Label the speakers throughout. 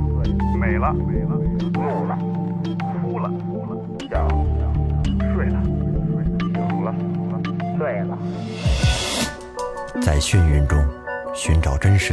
Speaker 1: 了，美了，怒了，哭了，哭了，笑了，睡了，睡了，醒了，醉了。
Speaker 2: 在眩晕中寻找真实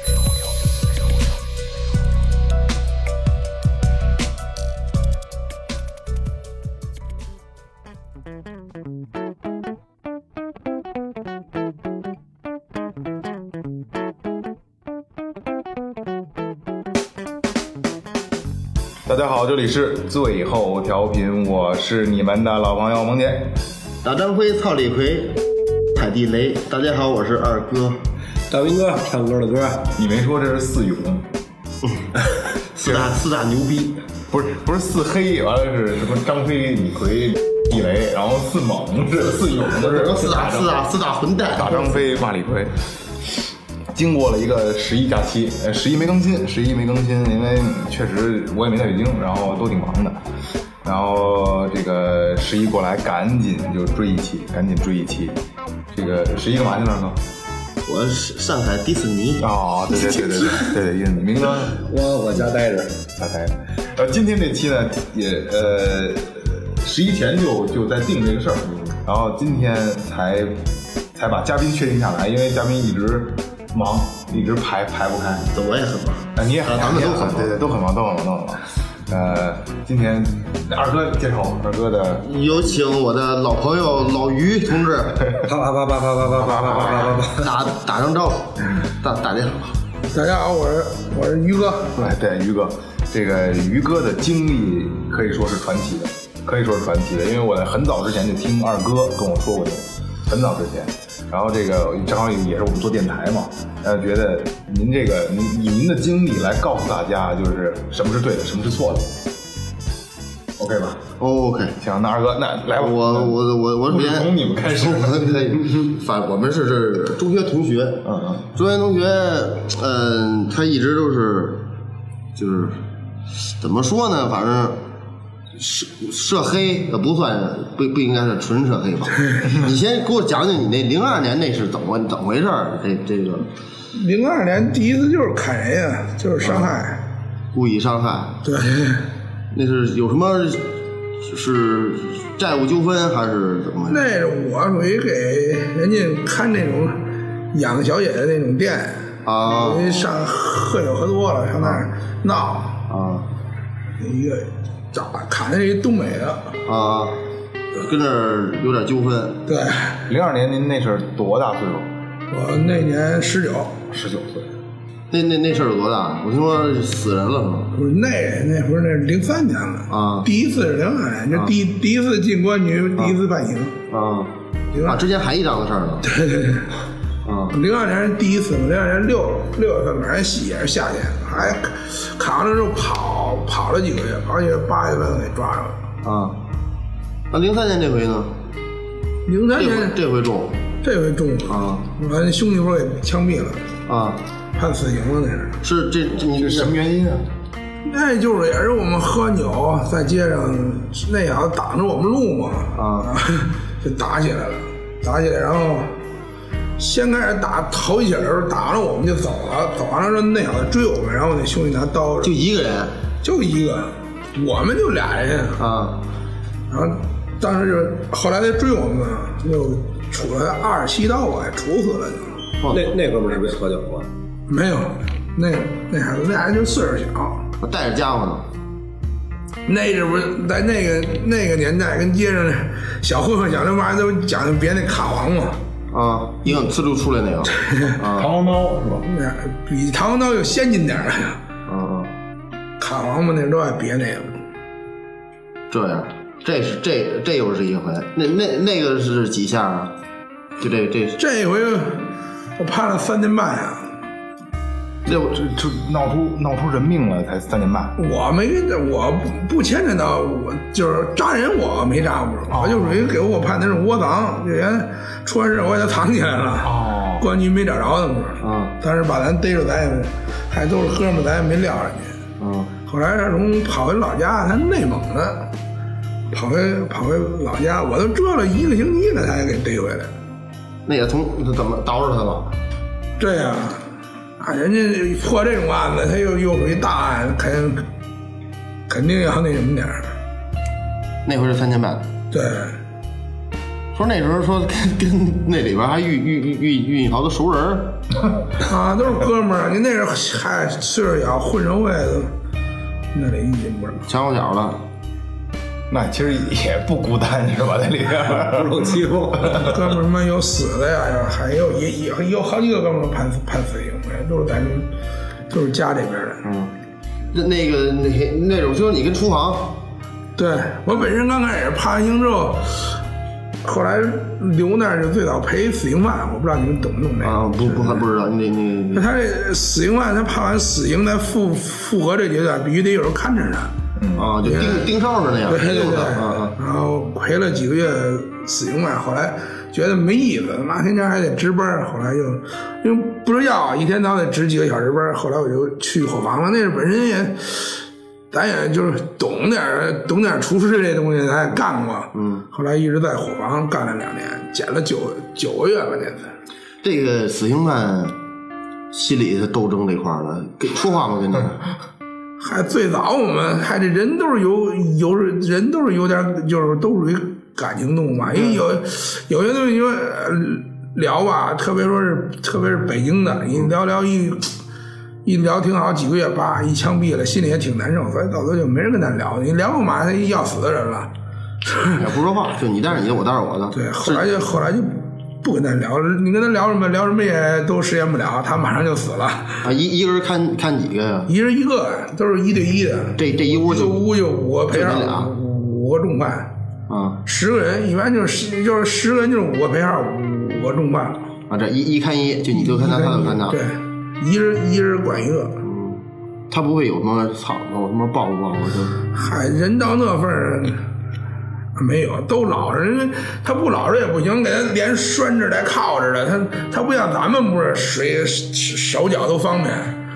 Speaker 3: 大家好，这里是最后调频，我是你们的老朋友萌姐。
Speaker 4: 打张飞，操李逵，踩地雷。大家好，我是二哥。
Speaker 5: 大明哥唱歌的歌，
Speaker 3: 你没说这是四勇，
Speaker 4: 四大四大牛逼，
Speaker 3: 不是不是四黑，完了是什么张飞、李逵、地雷，然后四猛是四勇是
Speaker 4: 四大四大四大混蛋。
Speaker 3: 打张飞骂李逵。经过了一个十一假期，呃，十一没更新，十一没更新，因为确实我也没在北京，然后都挺忙的。然后这个十一过来，赶紧就追一期，赶紧追一期。这个十一干嘛去了
Speaker 4: 我是上海迪士尼
Speaker 3: 哥？，哦，对对对对对对对，印明哥
Speaker 5: 我我家待着。
Speaker 3: 发呆。呃，今天这期呢，也呃，十一前就就在定这个事儿，然后今天才才把嘉宾确定下来，因为嘉宾一直忙，一直排排不开。
Speaker 4: 我也很忙。
Speaker 3: 啊，你也
Speaker 4: 啊
Speaker 3: 很，
Speaker 4: 咱们
Speaker 3: 你也
Speaker 4: 都很忙
Speaker 3: 对对，都很忙，都很忙，都很忙。呃，今天二哥介绍我们二哥的，
Speaker 4: 有请我的老朋友老于同 志
Speaker 5: 啪啪啪啪啪啪啪啪啪啪啪啪！
Speaker 4: 打打声招呼，打打电话。
Speaker 5: 大家好，我是我是于哥。
Speaker 3: 对对，于哥，这个于哥的经历可以说是传奇的，可以说是传奇的，因为我在很早之前就听二哥跟我说过这个，很早之前。然后这个正好也是我们做电台嘛，呃，觉得您这个您以您的经历来告诉大家，就是什么是对的，什么是错的，OK 吧？
Speaker 4: OK，
Speaker 3: 行，那二哥，那来吧，
Speaker 4: 我我我哎我
Speaker 3: 故
Speaker 4: 首
Speaker 3: 事从
Speaker 4: 先
Speaker 3: 你们开始。
Speaker 4: 可以，反 我们是是中学同学，
Speaker 3: 嗯嗯，
Speaker 4: 中学同学，嗯、他一直都是，就是怎么说呢，反正涉涉黑也不算，不不应该是纯涉黑吧？你先给我讲讲你那零二年那是怎么怎么回事儿？这这个
Speaker 6: 零二年第一次就是砍人呀，就是伤害，
Speaker 4: 故意伤害，
Speaker 6: 对，
Speaker 4: 那是有什么是债务纠纷还是怎么回事？
Speaker 6: 那我属于给人家看那种养小姐的那种店，
Speaker 4: 啊
Speaker 6: 因为上喝酒喝多了，上那儿闹，
Speaker 4: 啊
Speaker 6: 一个咋砍的是一东北的，
Speaker 4: 啊，跟这儿有点纠纷。
Speaker 6: 对
Speaker 3: 零二年您那是多大岁数？
Speaker 6: 我那年十九，
Speaker 3: 十九岁。
Speaker 4: 那那那事儿有多大？我听说死人了是吗？
Speaker 6: 不是那那不是那零三年了
Speaker 4: 啊
Speaker 6: 第一次是零二年，就第第一次进公安局，第一次判刑，
Speaker 4: 啊
Speaker 6: 零
Speaker 4: 啊！
Speaker 6: 二
Speaker 4: 之前还一档子事儿呢。
Speaker 6: 对对对。
Speaker 4: 啊
Speaker 6: 零二年是第一次嘛，零二年六六月份吧，还也是夏天，还砍完了之后跑跑了几个月，跑了几个月八月份给抓着了。
Speaker 4: 啊！那零三年这回呢？
Speaker 6: 零三
Speaker 4: 这
Speaker 6: 年
Speaker 4: 回这回中
Speaker 6: 这回中了，
Speaker 4: 啊
Speaker 6: 我那兄弟伙给枪毙了，
Speaker 4: 啊！
Speaker 6: 判死刑了那
Speaker 4: 是
Speaker 6: 是。
Speaker 4: 这这你
Speaker 3: 什么原因啊？
Speaker 6: 那就是也是我们喝完酒在街上，那小子挡着我们路嘛，
Speaker 4: 啊，
Speaker 6: 就打起来了，打起来，然后先开始打头一起来的时候打着我们就走了，走完了之后那小子追我们，然后我那兄弟拿刀
Speaker 4: 就一个人
Speaker 6: 就一个，我们就俩人，
Speaker 4: 啊
Speaker 6: 然后当时就是后来他追我们，又杵了二十七刀吧，处死了就。
Speaker 5: 那那哥们儿是不是喝酒了？
Speaker 6: 没有，那那孩子那孩子就岁数小，
Speaker 4: 我带着家伙呢
Speaker 6: 那阵不是在那个那个年代，跟街上那小混混讲这玩意儿都讲究别那卡簧嘛，
Speaker 4: 啊！一个呲溜出来那个
Speaker 3: 螳螂刀是吧？
Speaker 6: 那比螳螂刀又先进点儿了，
Speaker 4: 啊，
Speaker 6: 卡簧嘛那都爱别那个。
Speaker 4: 这样这是这这又是一回，那那那个是几下啊？就这这
Speaker 6: 这回我判了三年半啊，
Speaker 3: 六这这闹出闹出人命了，才三年半。
Speaker 6: 我没，我不不牵扯到我，就是扎人我没扎过，我就属于给我判的是窝藏，这人出完事我给他藏起来了，
Speaker 3: 哦
Speaker 6: 公安局没找着他们，啊，但是把咱逮住咱也没，还都是哥们儿，咱也没撂人家。
Speaker 4: 啊
Speaker 3: 嗯，
Speaker 6: 后来他从跑回老家，他内蒙的，跑回跑回老家，我都折了一个星期了，他也给逮回来。
Speaker 4: 那也从怎么捯饬他了？
Speaker 6: 对呀、啊，人家破这种案子，他又又属于大案，肯肯定要那什么点儿。
Speaker 4: 那回是三千半。
Speaker 6: 对，
Speaker 4: 说那时候说跟跟那里边还遇遇遇遇遇你好多熟人儿，
Speaker 6: 啊，都是哥们儿，你那时候嗨岁数小，混社会的，那得一斤不让。
Speaker 4: 前后脚的，
Speaker 3: 那其实也不孤单，是吧？在里边 儿
Speaker 5: 受欺负，
Speaker 6: 哥们儿们有死的呀，还有也也有好几个哥们儿判死判死刑的，都是咱们都是家里边的。
Speaker 4: 那那个那那种就是你跟厨房，
Speaker 6: 对我本身刚开始判刑之后，后来留那儿就最早赔死刑犯，我不知道你们懂不懂这个
Speaker 4: 啊，不不还不知道，你得你
Speaker 6: 那他这死刑犯，他判完死刑，他复复核这阶段必须得有人看着他。
Speaker 4: 啊，就盯盯梢似的那样，
Speaker 6: 对对
Speaker 4: 盯
Speaker 6: 对
Speaker 4: 着他，啊
Speaker 6: 然后赔了几个月死刑犯，后来觉得没意思，妈天天还得值班儿，后来就因为不知道一天到晚得值几个小时班儿，后来我就去伙房了。那本身也，咱也就是懂点儿懂点儿厨师这东西，咱也干过。嗯，后来一直在伙房干了两年，减了九九个月吧，那次。
Speaker 4: 啊，这个死刑犯心理的斗争这块儿的，跟说话吗？ 跟你
Speaker 6: 还最早我们还这人都是有有人都是有点就是都属于感情动物嘛，因为有有些东西你说呃聊吧，特别说是特别是北京的，你聊聊一一聊挺好，几个月叭一枪毙了，心里也挺难受，所以到最后就没人跟咱聊，你聊干嘛？他一要死的人了，
Speaker 4: 也不说话，就你带着你的，我带着我的，
Speaker 6: 对，后来就后来就不跟他聊，你跟他聊什么聊什么也都实现不了，他马上就死了，
Speaker 4: 啊，一一个人看看几个呀？
Speaker 6: 一人一个，都是一对一的，
Speaker 4: 这这一屋
Speaker 6: 一个
Speaker 4: 就
Speaker 6: 屋有五个陪
Speaker 4: 就
Speaker 6: 号
Speaker 4: 咱俩，
Speaker 6: 五五个重犯。
Speaker 4: 啊
Speaker 6: 十个人一般就是十就是十个人就是五个陪号，五个重犯，
Speaker 4: 啊，这一一看一，就你就看他，他就看他，
Speaker 6: 对，一人一人管一个。
Speaker 4: 他不会有什么操，我他妈报不报我就。
Speaker 6: 嗨，人到那份儿没有，都老实，人他不老实也不行，给他连拴着带铐着的，他他不像咱们不是谁手脚都方便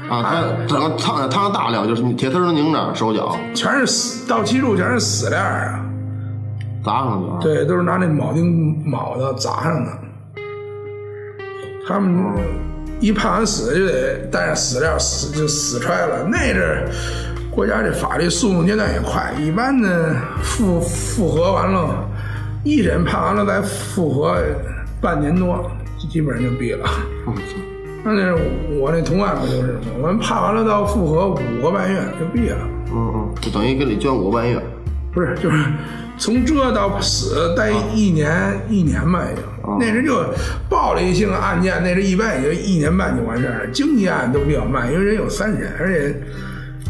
Speaker 4: 啊，他整个烫烫大料就是铁丝儿能拧着手脚
Speaker 6: 全是死到七处全是死链儿啊，
Speaker 4: 砸上去啊。，
Speaker 6: 对，都是拿那铆钉铆的砸上的。他们一判完死就得带上死料死就死揣了。那阵儿国家这法律诉讼阶段也快，一般呢复复核完了，一审判完了再复核半年多，基本上就毙了。那那我那同案不就是，我们判完了到复核五个半月就毙了。
Speaker 4: 嗯嗯，就等于给你捐五个半月。
Speaker 6: 不是，就是从这到死待一年、一年吧，也就、那时就报了一性案件，那时一般也就一年半就完事儿了。经济案都比较慢，因为人有三审，而且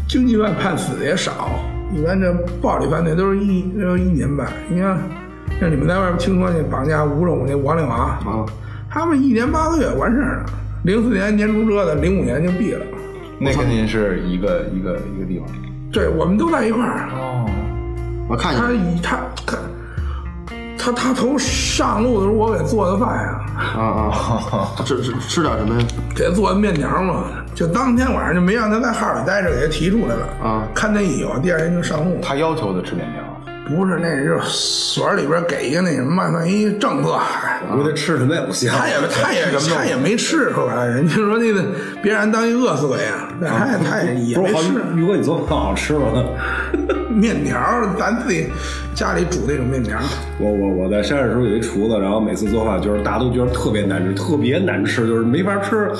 Speaker 6: 经济案判死的也少，一般这暴力犯罪都是一都是一年半。你看，像你们在外边听说那绑架吴总那王丽华，啊，他们一年八个月完事儿了。零四年年初折的，零五年就毙了。
Speaker 3: 那跟您是一个一个一个地方。
Speaker 6: 对，我们都在一块儿。啊
Speaker 3: 哦，
Speaker 4: 我看
Speaker 6: 他
Speaker 4: 你
Speaker 6: 以他他他他从上路的时候，我给做的饭呀，
Speaker 4: 啊 啊，吃吃吃点什么呀？
Speaker 6: 给他做的面条嘛，就当天晚上就没让他在号里待着，给他提出来了
Speaker 4: 啊
Speaker 6: 看他一有，第二天就上路。
Speaker 3: 他要求的吃面条，
Speaker 6: 不是，那就是所里边给一个那什么，算一政策。
Speaker 5: 我觉得吃什么也不香。
Speaker 6: 他也他也他也没吃，说白了，人家说那个别让人当一饿死鬼啊，那他也他也也
Speaker 5: 不
Speaker 6: 没
Speaker 5: 是好
Speaker 6: 吃，
Speaker 5: 鱼哥，你做饭好吃吗？
Speaker 6: 面条咱自己家里煮那种面条。
Speaker 5: 我我我在山上的时候有一厨子，然后每次做饭就是大家都觉得特别难吃，特别难吃，就是没法吃。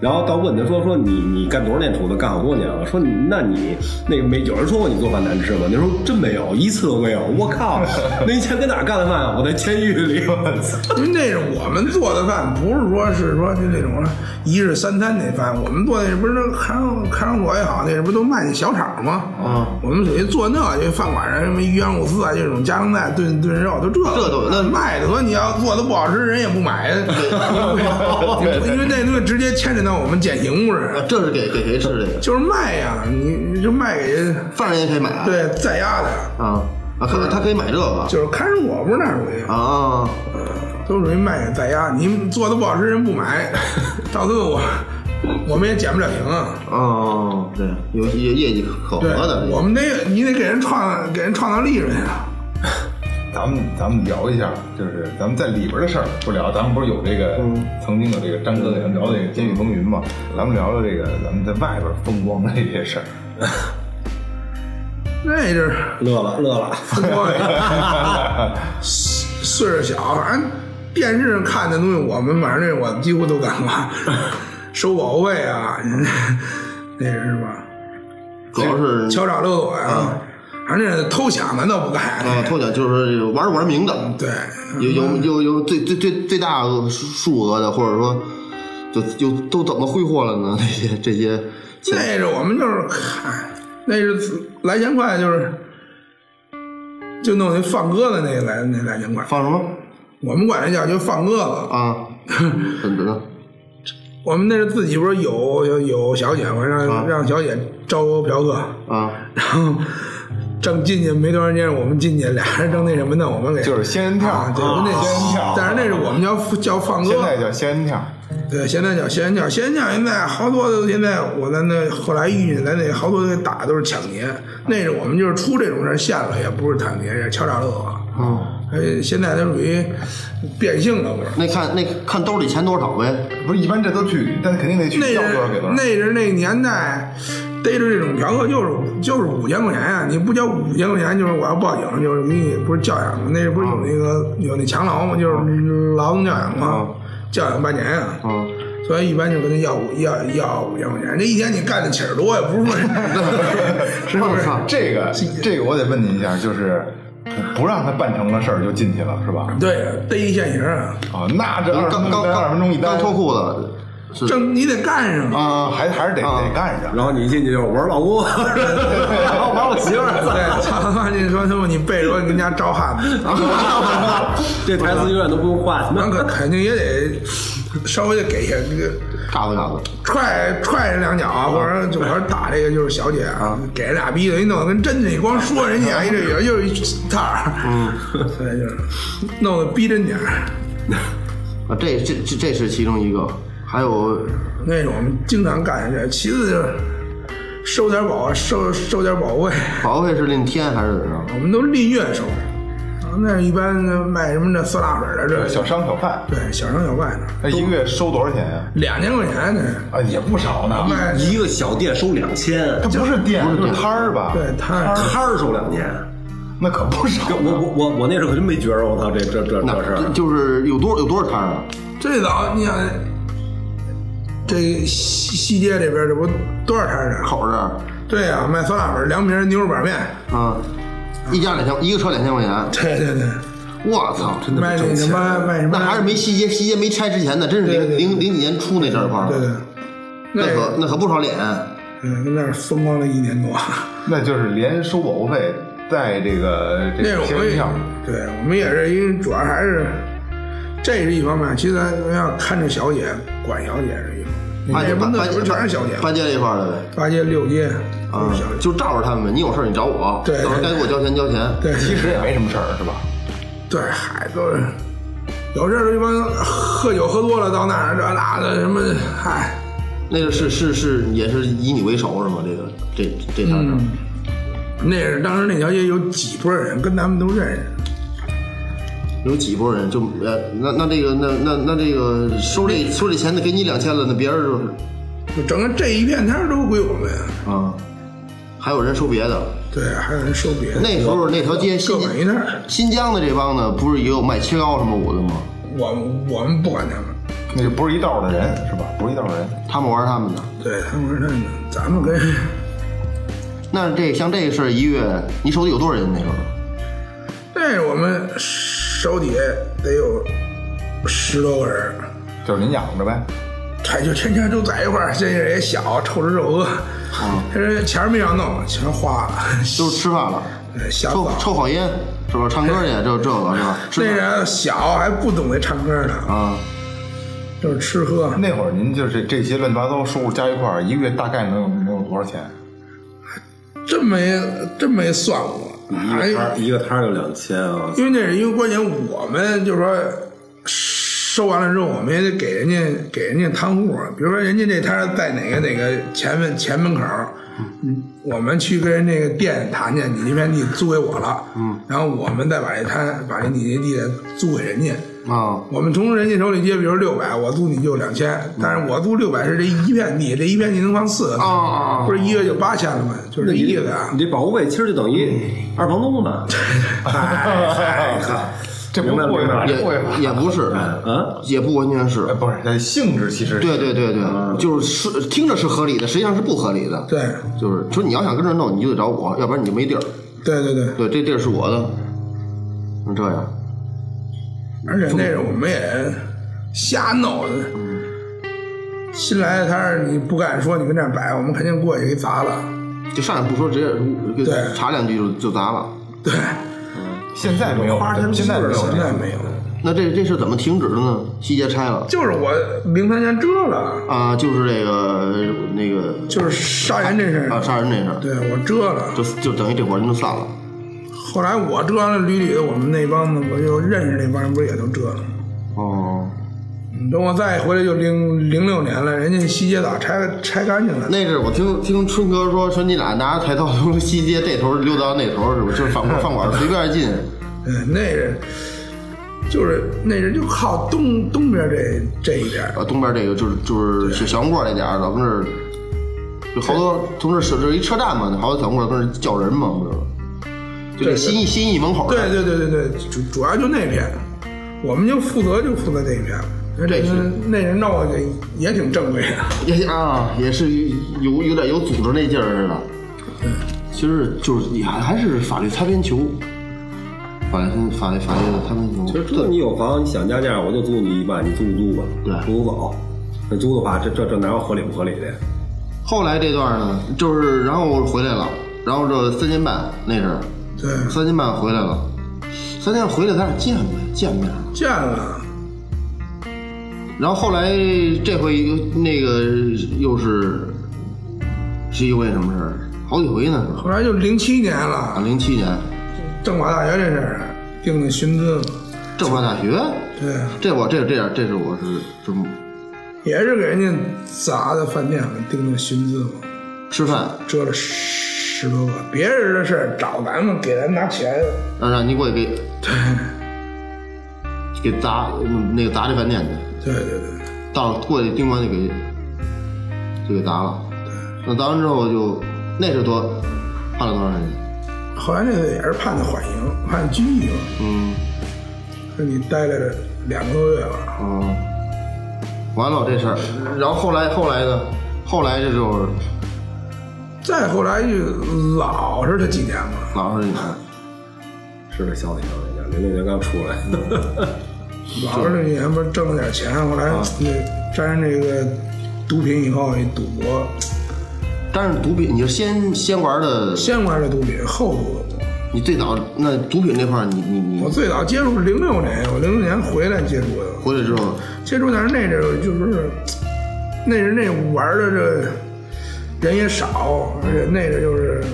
Speaker 5: 然后到问他说说你你干多少年厨子，干好多年了。说你那你那个没有人说过你做饭难吃吗？那时候真没有，一次都没有。我靠，那以前搁哪儿干的饭啊？我在监狱里， 我操！
Speaker 6: 因为 那是我们做的饭，不是说是说就那种一日三餐那饭，我们做那不是那看守看守所也好，那不都卖那小炒吗？啊，我们属于做那，就饭馆上什么鱼香肉丝啊，这种家常菜炖炖肉都这
Speaker 4: 这都有那
Speaker 6: 卖的和你要做的不好吃，人也不买，因为那东西直接牵扯当我们捡荧幕似
Speaker 4: 啊
Speaker 6: 的，
Speaker 4: 这是给给谁吃这个？
Speaker 6: 就是卖呀，你你就卖给人，
Speaker 4: 犯人也可以买啊？
Speaker 6: 对，在押的，
Speaker 4: 啊啊，他他可以买这个
Speaker 6: 就是看守我不是那属于，
Speaker 4: 啊，
Speaker 6: 都属于卖给在押，你做的不好吃人不买，到最后我我们也捡不了赢啊。
Speaker 4: 哦，对，有业业绩可
Speaker 6: 对
Speaker 4: 活的，，
Speaker 6: 我们得你得给人创给人创造利润啊。
Speaker 3: 咱们咱们聊一下，就是咱们在里边的事儿不聊，咱们不是有这个、
Speaker 6: 嗯
Speaker 3: 曾经有这个张哥给咱们聊的这个《监狱风云》嘛，咱们聊聊这个咱们在外边风光的这些事儿。
Speaker 6: 那阵儿
Speaker 5: 乐了乐了，
Speaker 6: 岁数小，反正电视上看的东西，我们反正那我们几乎都敢玩，收保护费啊，那是吧？
Speaker 4: 主要是
Speaker 6: 敲诈勒索
Speaker 5: 嗯
Speaker 6: 呀，反正偷抢咱倒不
Speaker 4: 啊，
Speaker 6: 敢。
Speaker 4: 偷奖就是玩玩明的，
Speaker 6: 哎对，
Speaker 4: 有有有有最最最最大数数额的，或者说，就就都怎么挥霍了呢？这 些这些钱，
Speaker 6: 那是我们就是看，那是来钱快，就是就弄那放鸽子那来那来钱快，
Speaker 4: 放什么
Speaker 6: 我们管那叫就放鸽子。
Speaker 4: 啊？怎么着？
Speaker 6: 我们那是自己不是有有有小姐嘛，让、
Speaker 4: 啊
Speaker 6: 让小姐招嫖客，
Speaker 4: 啊
Speaker 6: 然后正进去没多长时间，我们进去俩人正那什么呢，我们给
Speaker 3: 就是仙人跳，
Speaker 6: 啊，对，那
Speaker 3: 仙人跳，
Speaker 6: 但是那是我们叫叫放歌
Speaker 3: 现，在叫仙人跳，
Speaker 6: 对，现在叫仙人跳，仙人跳现在好多的现在我在那后来遇见咱那好多的打的都是抢劫，那是我们就是出这种事儿陷了，也不是抢劫，是敲诈勒索，
Speaker 4: 啊！
Speaker 6: 呃，现在它属于变性了，不是。
Speaker 4: 那看那看兜里钱多少呗。
Speaker 3: 不是一般这都去，但肯定得去
Speaker 6: 那
Speaker 3: 要
Speaker 6: 人
Speaker 3: 多少给多少。
Speaker 6: 那人那年代逮着这种嫖客就是就是五千块钱啊！你不交五千块钱，就是我要报警，就是给你不是教养吗？那不是有那个、有那强劳吗？就是劳动教养吗？教养半年啊。
Speaker 4: 啊
Speaker 6: 所以一般就跟他要五要要五千块钱，这一天你干的起儿多呀，不是说是不
Speaker 4: 我
Speaker 6: 是？
Speaker 4: 操！
Speaker 3: 这个这个我得问您一下，就是不让他办成了事儿就进去了是吧？
Speaker 6: 对，逮一现行啊，
Speaker 3: 啊，那这二十
Speaker 4: 刚
Speaker 3: 分钟
Speaker 4: 刚
Speaker 3: 单，二十分钟一单
Speaker 4: 刚刚脱裤子是
Speaker 6: 正你得干上啊。
Speaker 3: 啊，还还是得得干上。
Speaker 5: 然后你一进去就是我是老公， 然
Speaker 6: 哦
Speaker 5: 后玩我媳妇
Speaker 6: 啊
Speaker 5: 儿，
Speaker 6: 对，操他妈！你说他妈你背着我你跟家招汉子，
Speaker 5: 这台词永远都不用换。
Speaker 6: 那可肯定也得稍微的给一下这个
Speaker 4: 嘎子嘎子
Speaker 6: 踹踹人两脚啊，或者就或者打这个就是小姐啊，给人俩逼的，你弄得跟真的，你光说人家，哎，这又又一摊儿，嗯， 所以就是弄得逼真点儿。
Speaker 4: 啊！这这这这是其中一个，还有
Speaker 6: 那是我们经常干这，其次就是收点保收收点保卫，
Speaker 4: 保卫是另天还是怎么着？
Speaker 6: 我们都吝月收。啊那一般卖什么这酸辣粉的啊这
Speaker 3: 小商小贩，
Speaker 6: 对小商小贩的，
Speaker 4: 哎
Speaker 3: 那一个月收多少钱呀？
Speaker 6: 两千块钱呢，
Speaker 3: 啊，也不少呢。
Speaker 6: 卖
Speaker 5: 一个小店收两千，
Speaker 3: 它不是店，就是摊儿吧？
Speaker 6: 对摊儿
Speaker 4: 啊
Speaker 5: 摊儿收两千。
Speaker 3: 那可不少
Speaker 5: 这。我我我我那时候可真没觉着，我操，这这这
Speaker 4: 那
Speaker 5: 这事儿
Speaker 4: 就就是有多有多少摊儿啊？
Speaker 6: 最早你想，这西西街这边这不多少摊儿啊？
Speaker 4: 口儿这儿
Speaker 6: 对呀、卖酸辣粉、凉皮儿、牛肉板面。
Speaker 4: 啊，一家两千，一个车两千块钱，
Speaker 6: 对对对，
Speaker 4: 我操！真
Speaker 6: 卖那什么卖什么？
Speaker 4: 那还是没西街，西街没拆之前呢，真是
Speaker 6: 对对
Speaker 4: 零
Speaker 6: 对
Speaker 4: 零零几年出那阵儿块儿
Speaker 6: 对对，
Speaker 4: 那
Speaker 6: 那
Speaker 4: 可
Speaker 6: 个
Speaker 4: 那可不少脸。
Speaker 6: 嗯，那是风光了一年多。
Speaker 3: 那就是连收保护费，带这个这
Speaker 6: 那是
Speaker 3: 个
Speaker 6: 我
Speaker 3: 签
Speaker 6: 们也
Speaker 3: 票，
Speaker 6: 对我们也是，因为主要还是这是一方面，其实咱们要看着小姐，管小姐是一方面。那也不
Speaker 4: 八
Speaker 6: 能
Speaker 4: 八
Speaker 6: 不是全是小姐，
Speaker 4: 八街这一块儿的呗。
Speaker 6: 八街六街
Speaker 4: 啊
Speaker 6: 都是小姐。
Speaker 4: 就照着他们呗，你有事儿你找我，
Speaker 6: 对
Speaker 4: 到时候该给我交钱交钱。
Speaker 6: 对，
Speaker 3: 其实也没什么事儿，是吧？
Speaker 6: 对，嗨，都是有事儿这帮喝酒喝多了到那儿这那的什么，嗨，
Speaker 4: 那个是是是也是以你为首是吗？这个这这摊
Speaker 6: 嗯
Speaker 4: 儿，
Speaker 6: 那是当时那条街有几拨人跟咱们都认识，
Speaker 4: 有几拨人就呃那那这个那那那这个收这收这钱的给你两千了，那别人就是
Speaker 6: 就整个这一片摊儿都归我们。
Speaker 4: 啊，还有人收别的。
Speaker 6: 对，还有人收别的，
Speaker 4: 那时候那条街
Speaker 6: 各
Speaker 4: 新
Speaker 6: 管一摊儿。
Speaker 4: 新疆的这帮呢，不是也有卖切糕什么舞的吗？
Speaker 6: 我我们不管他们，
Speaker 3: 那就不是一道儿的人，是吧？不是一道儿的人。
Speaker 4: 他们玩他们的。
Speaker 6: 对他们说他们，咱们跟
Speaker 4: 那这像这事儿一月，你手里有多少人那时候？
Speaker 6: 那我们手底下得有十多个人，
Speaker 3: 就是您养着呗，
Speaker 6: 他就天天都在一块儿，这人也小，臭吃臭喝，他说钱儿没少弄，钱花呃了，
Speaker 4: 就是吃饭了，
Speaker 6: 瞎
Speaker 4: 抽
Speaker 6: 搞。
Speaker 4: 抽好烟是 吧？唱歌去，这这个是吧？吃
Speaker 6: 那
Speaker 4: 饭
Speaker 6: 人小还不懂得唱歌呢，
Speaker 4: 啊，
Speaker 6: 就是吃喝。
Speaker 3: 那会儿您就是这些乱七八糟收入加一块儿，一个月大概能有能有多少钱？
Speaker 6: 真没真没算过，哎还
Speaker 5: 一个摊儿一个摊儿就两千啊，
Speaker 6: 因为那是因为关键我们就是说收完了之后，我们也得给人家给人家摊户，比如说人家这摊儿在哪个哪个前门前门口儿，嗯，我们去跟人那个店谈去，你这片地租给我了，嗯，然后我们再把这摊把这你这地租给人家。
Speaker 4: 啊，
Speaker 6: 我们从人家手里接，比如六百，我租你就两千，但是我租六百是这一片地，这一片地能放四个，
Speaker 4: 啊啊
Speaker 6: 不是一月就八千了吗？就是这意思啊。
Speaker 5: 你这保护费其实就等于二房东 呢。嗨嗨
Speaker 3: 这不
Speaker 5: 明白了
Speaker 3: 贵
Speaker 5: 明白
Speaker 3: 吗？
Speaker 5: 了
Speaker 3: 这贵
Speaker 4: 也也不是，
Speaker 6: 嗯
Speaker 5: 啊，
Speaker 4: 也不完全是
Speaker 3: 哎，，不是，它性质其实
Speaker 4: 对对对对，就是是听着是合理的，实际上是不合理的。
Speaker 6: 嗯对，
Speaker 4: 就是说你要想跟这儿弄，你就得找我，要不然你就没地儿。
Speaker 6: 对对对，
Speaker 4: 对，这地儿是我的，那这样，
Speaker 6: 而且那是我们也瞎闹的。新来的摊儿你不敢说你跟这儿摆，我们肯定过去给砸了。
Speaker 4: 就上来不说，直接就
Speaker 6: 对
Speaker 4: 查两句就就砸了。
Speaker 6: 对，
Speaker 3: 现在 没有
Speaker 6: 花生，
Speaker 3: 现在没有
Speaker 6: 现
Speaker 3: 这嗯
Speaker 6: 在
Speaker 3: 样。
Speaker 6: 没有，
Speaker 4: 那这这事怎么停止的呢？西街拆了
Speaker 6: 就是我零三年遮了，
Speaker 4: 啊，就是这个那个
Speaker 6: 就是杀人这事
Speaker 4: 啊
Speaker 6: 儿，
Speaker 4: 杀人那事儿，
Speaker 6: 对我遮了。
Speaker 4: 就就等于这伙人就散了。
Speaker 6: 后来我遮完了捋捋的，我们那帮子我就认识那帮人，不是也都遮了吗？
Speaker 4: 哦，
Speaker 6: 嗯等我再回来就零零六年了，人家西街早拆拆干净了。
Speaker 4: 那是我听听春哥说，说你俩拿着台刀从西街这头溜达到那头，是吧？就是饭馆饭馆随便进，
Speaker 6: 嗯，那是就是那人就靠东东边这这一点儿，
Speaker 4: 啊，东边这个就是就是小小红馆那点儿，咱们这儿就好多从这儿是这一车站嘛，好多小红馆跟这叫人嘛，不是？就这
Speaker 6: 对
Speaker 4: 新义新义门口儿
Speaker 6: 对对对对对，主主要就那片，我们就负责就负责那片。那
Speaker 4: 这是
Speaker 6: 那人闹的也挺正规的，
Speaker 4: 也啊，也是有有点有组织那劲儿似的。其实就是也还还是法律擦边球，法律法律法律的擦边球。
Speaker 5: 就是这你有房，你想加价，我就租你一万，你租不租吧？
Speaker 4: 对
Speaker 5: 租不走。那租的话，这这这哪有合理不合理的呀？
Speaker 4: 后来这段呢，就是然后我回来了，然后这三年半那是
Speaker 6: 对，
Speaker 4: 三年半回来了，三年半回来咱俩见没见面了？
Speaker 6: 见了，
Speaker 4: 然后后来这回又那个又是是因为什么事儿？好几回呢，是吧
Speaker 6: 后来就零七年
Speaker 4: 啊，
Speaker 6: 了，
Speaker 4: 零七年
Speaker 6: 政法大学这事儿定的寻资嘛，
Speaker 4: 政法大学，
Speaker 6: 对，
Speaker 4: 这我这这样这是我是真
Speaker 6: 也是给人家砸的饭店了，定的寻资嘛，
Speaker 4: 吃饭
Speaker 6: 折了十十多个，别人的事儿找咱们给咱拿钱，
Speaker 4: 让让你给我给给砸嗯那个砸这饭店去，
Speaker 6: 对对对，
Speaker 4: 到过去盯完就给就给砸了。那砸完之后就那是多判了多少年？
Speaker 6: 后来那个也是判的缓刑，判拘役嘛，
Speaker 4: 嗯
Speaker 6: 说你待了两个多月吧。
Speaker 4: 嗯，完了这事儿，然后后来后来呢？后来这就是
Speaker 6: 再后来就老实他几年嘛，
Speaker 4: 老实一点。
Speaker 5: 是这消息上来讲，零六年刚出来，
Speaker 6: 老实他几年不是挣了点钱，后来那沾上这个毒品以后，一赌博，
Speaker 4: 但是毒品，你是先先玩的，
Speaker 6: 先玩的毒品，后赌的博。
Speaker 4: 你最早那毒品这块儿，你你
Speaker 6: 我
Speaker 4: 你
Speaker 6: 最早接触零六年，我零六年回来接触的，
Speaker 4: 回来之后，
Speaker 6: 接触但是那阵儿就是，那人那玩的这人也少，而且那阵儿就是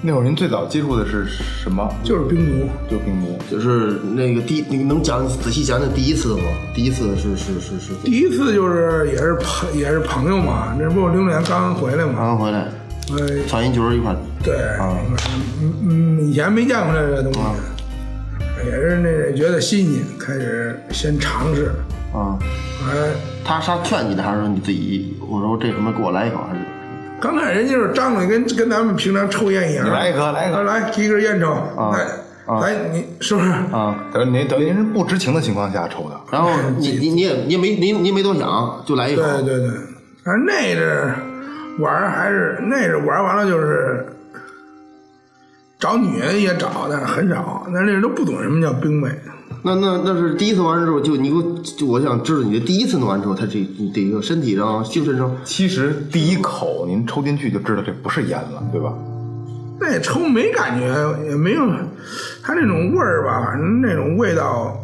Speaker 3: 那会儿您最早接触的是什么？
Speaker 6: 就是冰毒，
Speaker 3: 就病毒。
Speaker 4: 就是那个第那个能讲仔细讲讲第一次吗？第一次是是是是
Speaker 6: 第一次就是也是朋也是朋友嘛，那不我零六年刚回来嘛，
Speaker 4: 刚回来，
Speaker 6: 呃，
Speaker 4: 上一局儿一块儿
Speaker 6: 对，
Speaker 3: 啊
Speaker 6: 嗯嗯，以前没见过这个东西，也是那觉得新鲜，开始先尝试，
Speaker 4: 啊。
Speaker 6: 哎，
Speaker 4: 他是他劝你的，还是说你自己？我说这什么给我来一口，还是
Speaker 6: 刚开始人就是张嘴跟跟咱们平常抽烟一样，
Speaker 3: 你来一颗来一颗
Speaker 6: 啊来提根烟抽，来
Speaker 3: 啊
Speaker 6: 来你是不是？
Speaker 3: 啊，等于您等于您是不知情的情况下抽的，
Speaker 4: 然后你你你也你也没你你也没多想，就来一口。
Speaker 6: 对对对，反正那阵儿玩儿还是那阵儿玩儿完了就是找女人也找，但是很少，但是那阵儿都不懂什么叫冰妹，
Speaker 4: 那那那是第一次完之后，就你给我，就我想知道你的第一次弄完之后，他这你这个身体上、精神上，
Speaker 3: 其实第一口您抽进去就知道这不是烟了，对吧？
Speaker 6: 那抽没感觉，也没有，它那种味儿吧，反正那种味道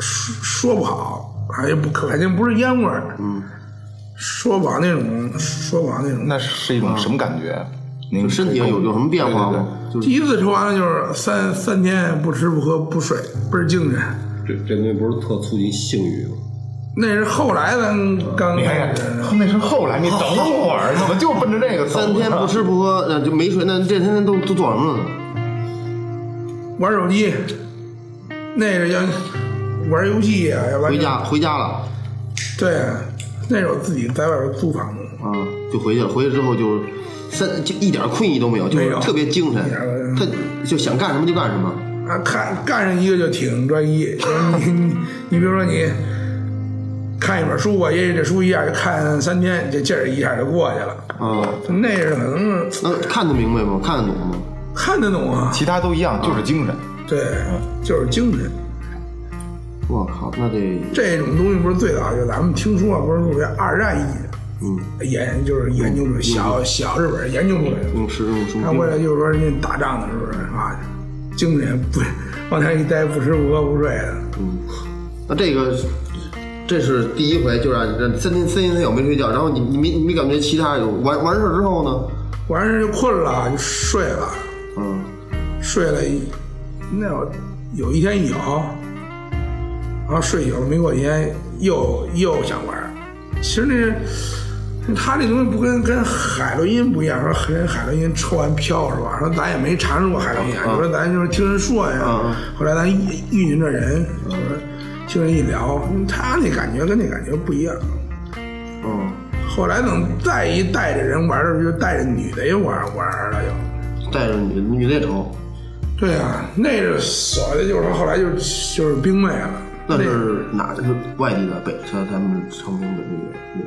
Speaker 6: 说说不好。哎呀，不可肯定不是烟味儿。嗯，说往那种说往那种，
Speaker 3: 那是一种什么感觉？您
Speaker 4: 就身体有有什么变化
Speaker 3: 对对
Speaker 4: 吗？就是
Speaker 6: 第一次抽完了就是三三天不吃不喝不睡，倍儿精神。
Speaker 5: 这这东西不是特促进性欲吗？
Speaker 6: 那是后来咱刚
Speaker 3: 你看
Speaker 6: 开
Speaker 3: 看
Speaker 6: 始，
Speaker 3: 哎那是 后来，你等会儿，怎么就奔着这个走呢
Speaker 4: 三天不吃不喝，那就没睡，那这三天都都做什么了？
Speaker 6: 玩手机，那个要玩游戏哎呀、要玩
Speaker 4: 回家回家了
Speaker 6: 对，啊那时候自己在外边租房子，
Speaker 4: 啊，就回去了。回去之后就三就一点困意都没有，就
Speaker 6: 没
Speaker 4: 是
Speaker 6: 有
Speaker 4: 特别精神
Speaker 6: 一点儿嗯，
Speaker 4: 他就想干什么就干什么。
Speaker 6: 啊，看干上一个就挺专一。你你你比如说你看一本书吧，也许这书一下就看三天，这劲儿一下就过去了。
Speaker 4: 啊，
Speaker 6: 那是可能
Speaker 4: 那看得明白吗？看得懂吗？
Speaker 6: 看得懂啊，
Speaker 3: 其他都一样，就是精神。
Speaker 6: 对，就是精神。
Speaker 4: 我靠，那得
Speaker 6: 这种东西不是最早就咱们听说不是说这二战一嗯研就是研究出小小日本研究出来的，
Speaker 4: 用吃用什
Speaker 6: 他
Speaker 4: 么
Speaker 6: 为了嗯就是说人家打仗的时候啊，精神不往那一待不吃不喝不睡的，
Speaker 4: 那这个这是第一回，就让你让三天三天三宿没睡觉，然后你你没你没感觉其他有完完事儿之后呢？
Speaker 6: 完事儿就困了就睡了，
Speaker 4: 嗯，
Speaker 6: 睡了一那有有一天有，然后睡醒了没过几天又又想玩儿，其实那是他这东西不跟跟海洛因不一样，说跟海洛因抽完飘是吧？说咱也没尝试过海洛因，你说咱就是听人说呀。
Speaker 4: 嗯
Speaker 6: 后来咱遇遇见这人，就说听人一聊，他那感觉跟那感觉不一样。
Speaker 4: 嗯，
Speaker 6: 后来等再一带着人玩儿的时候，就带着女的也玩儿玩儿了就。
Speaker 4: 带着女女的瞅，
Speaker 6: 对啊，那是所谓的就是后来就是就是冰妹了。
Speaker 4: 那是哪是外地的北他他们成都本地的，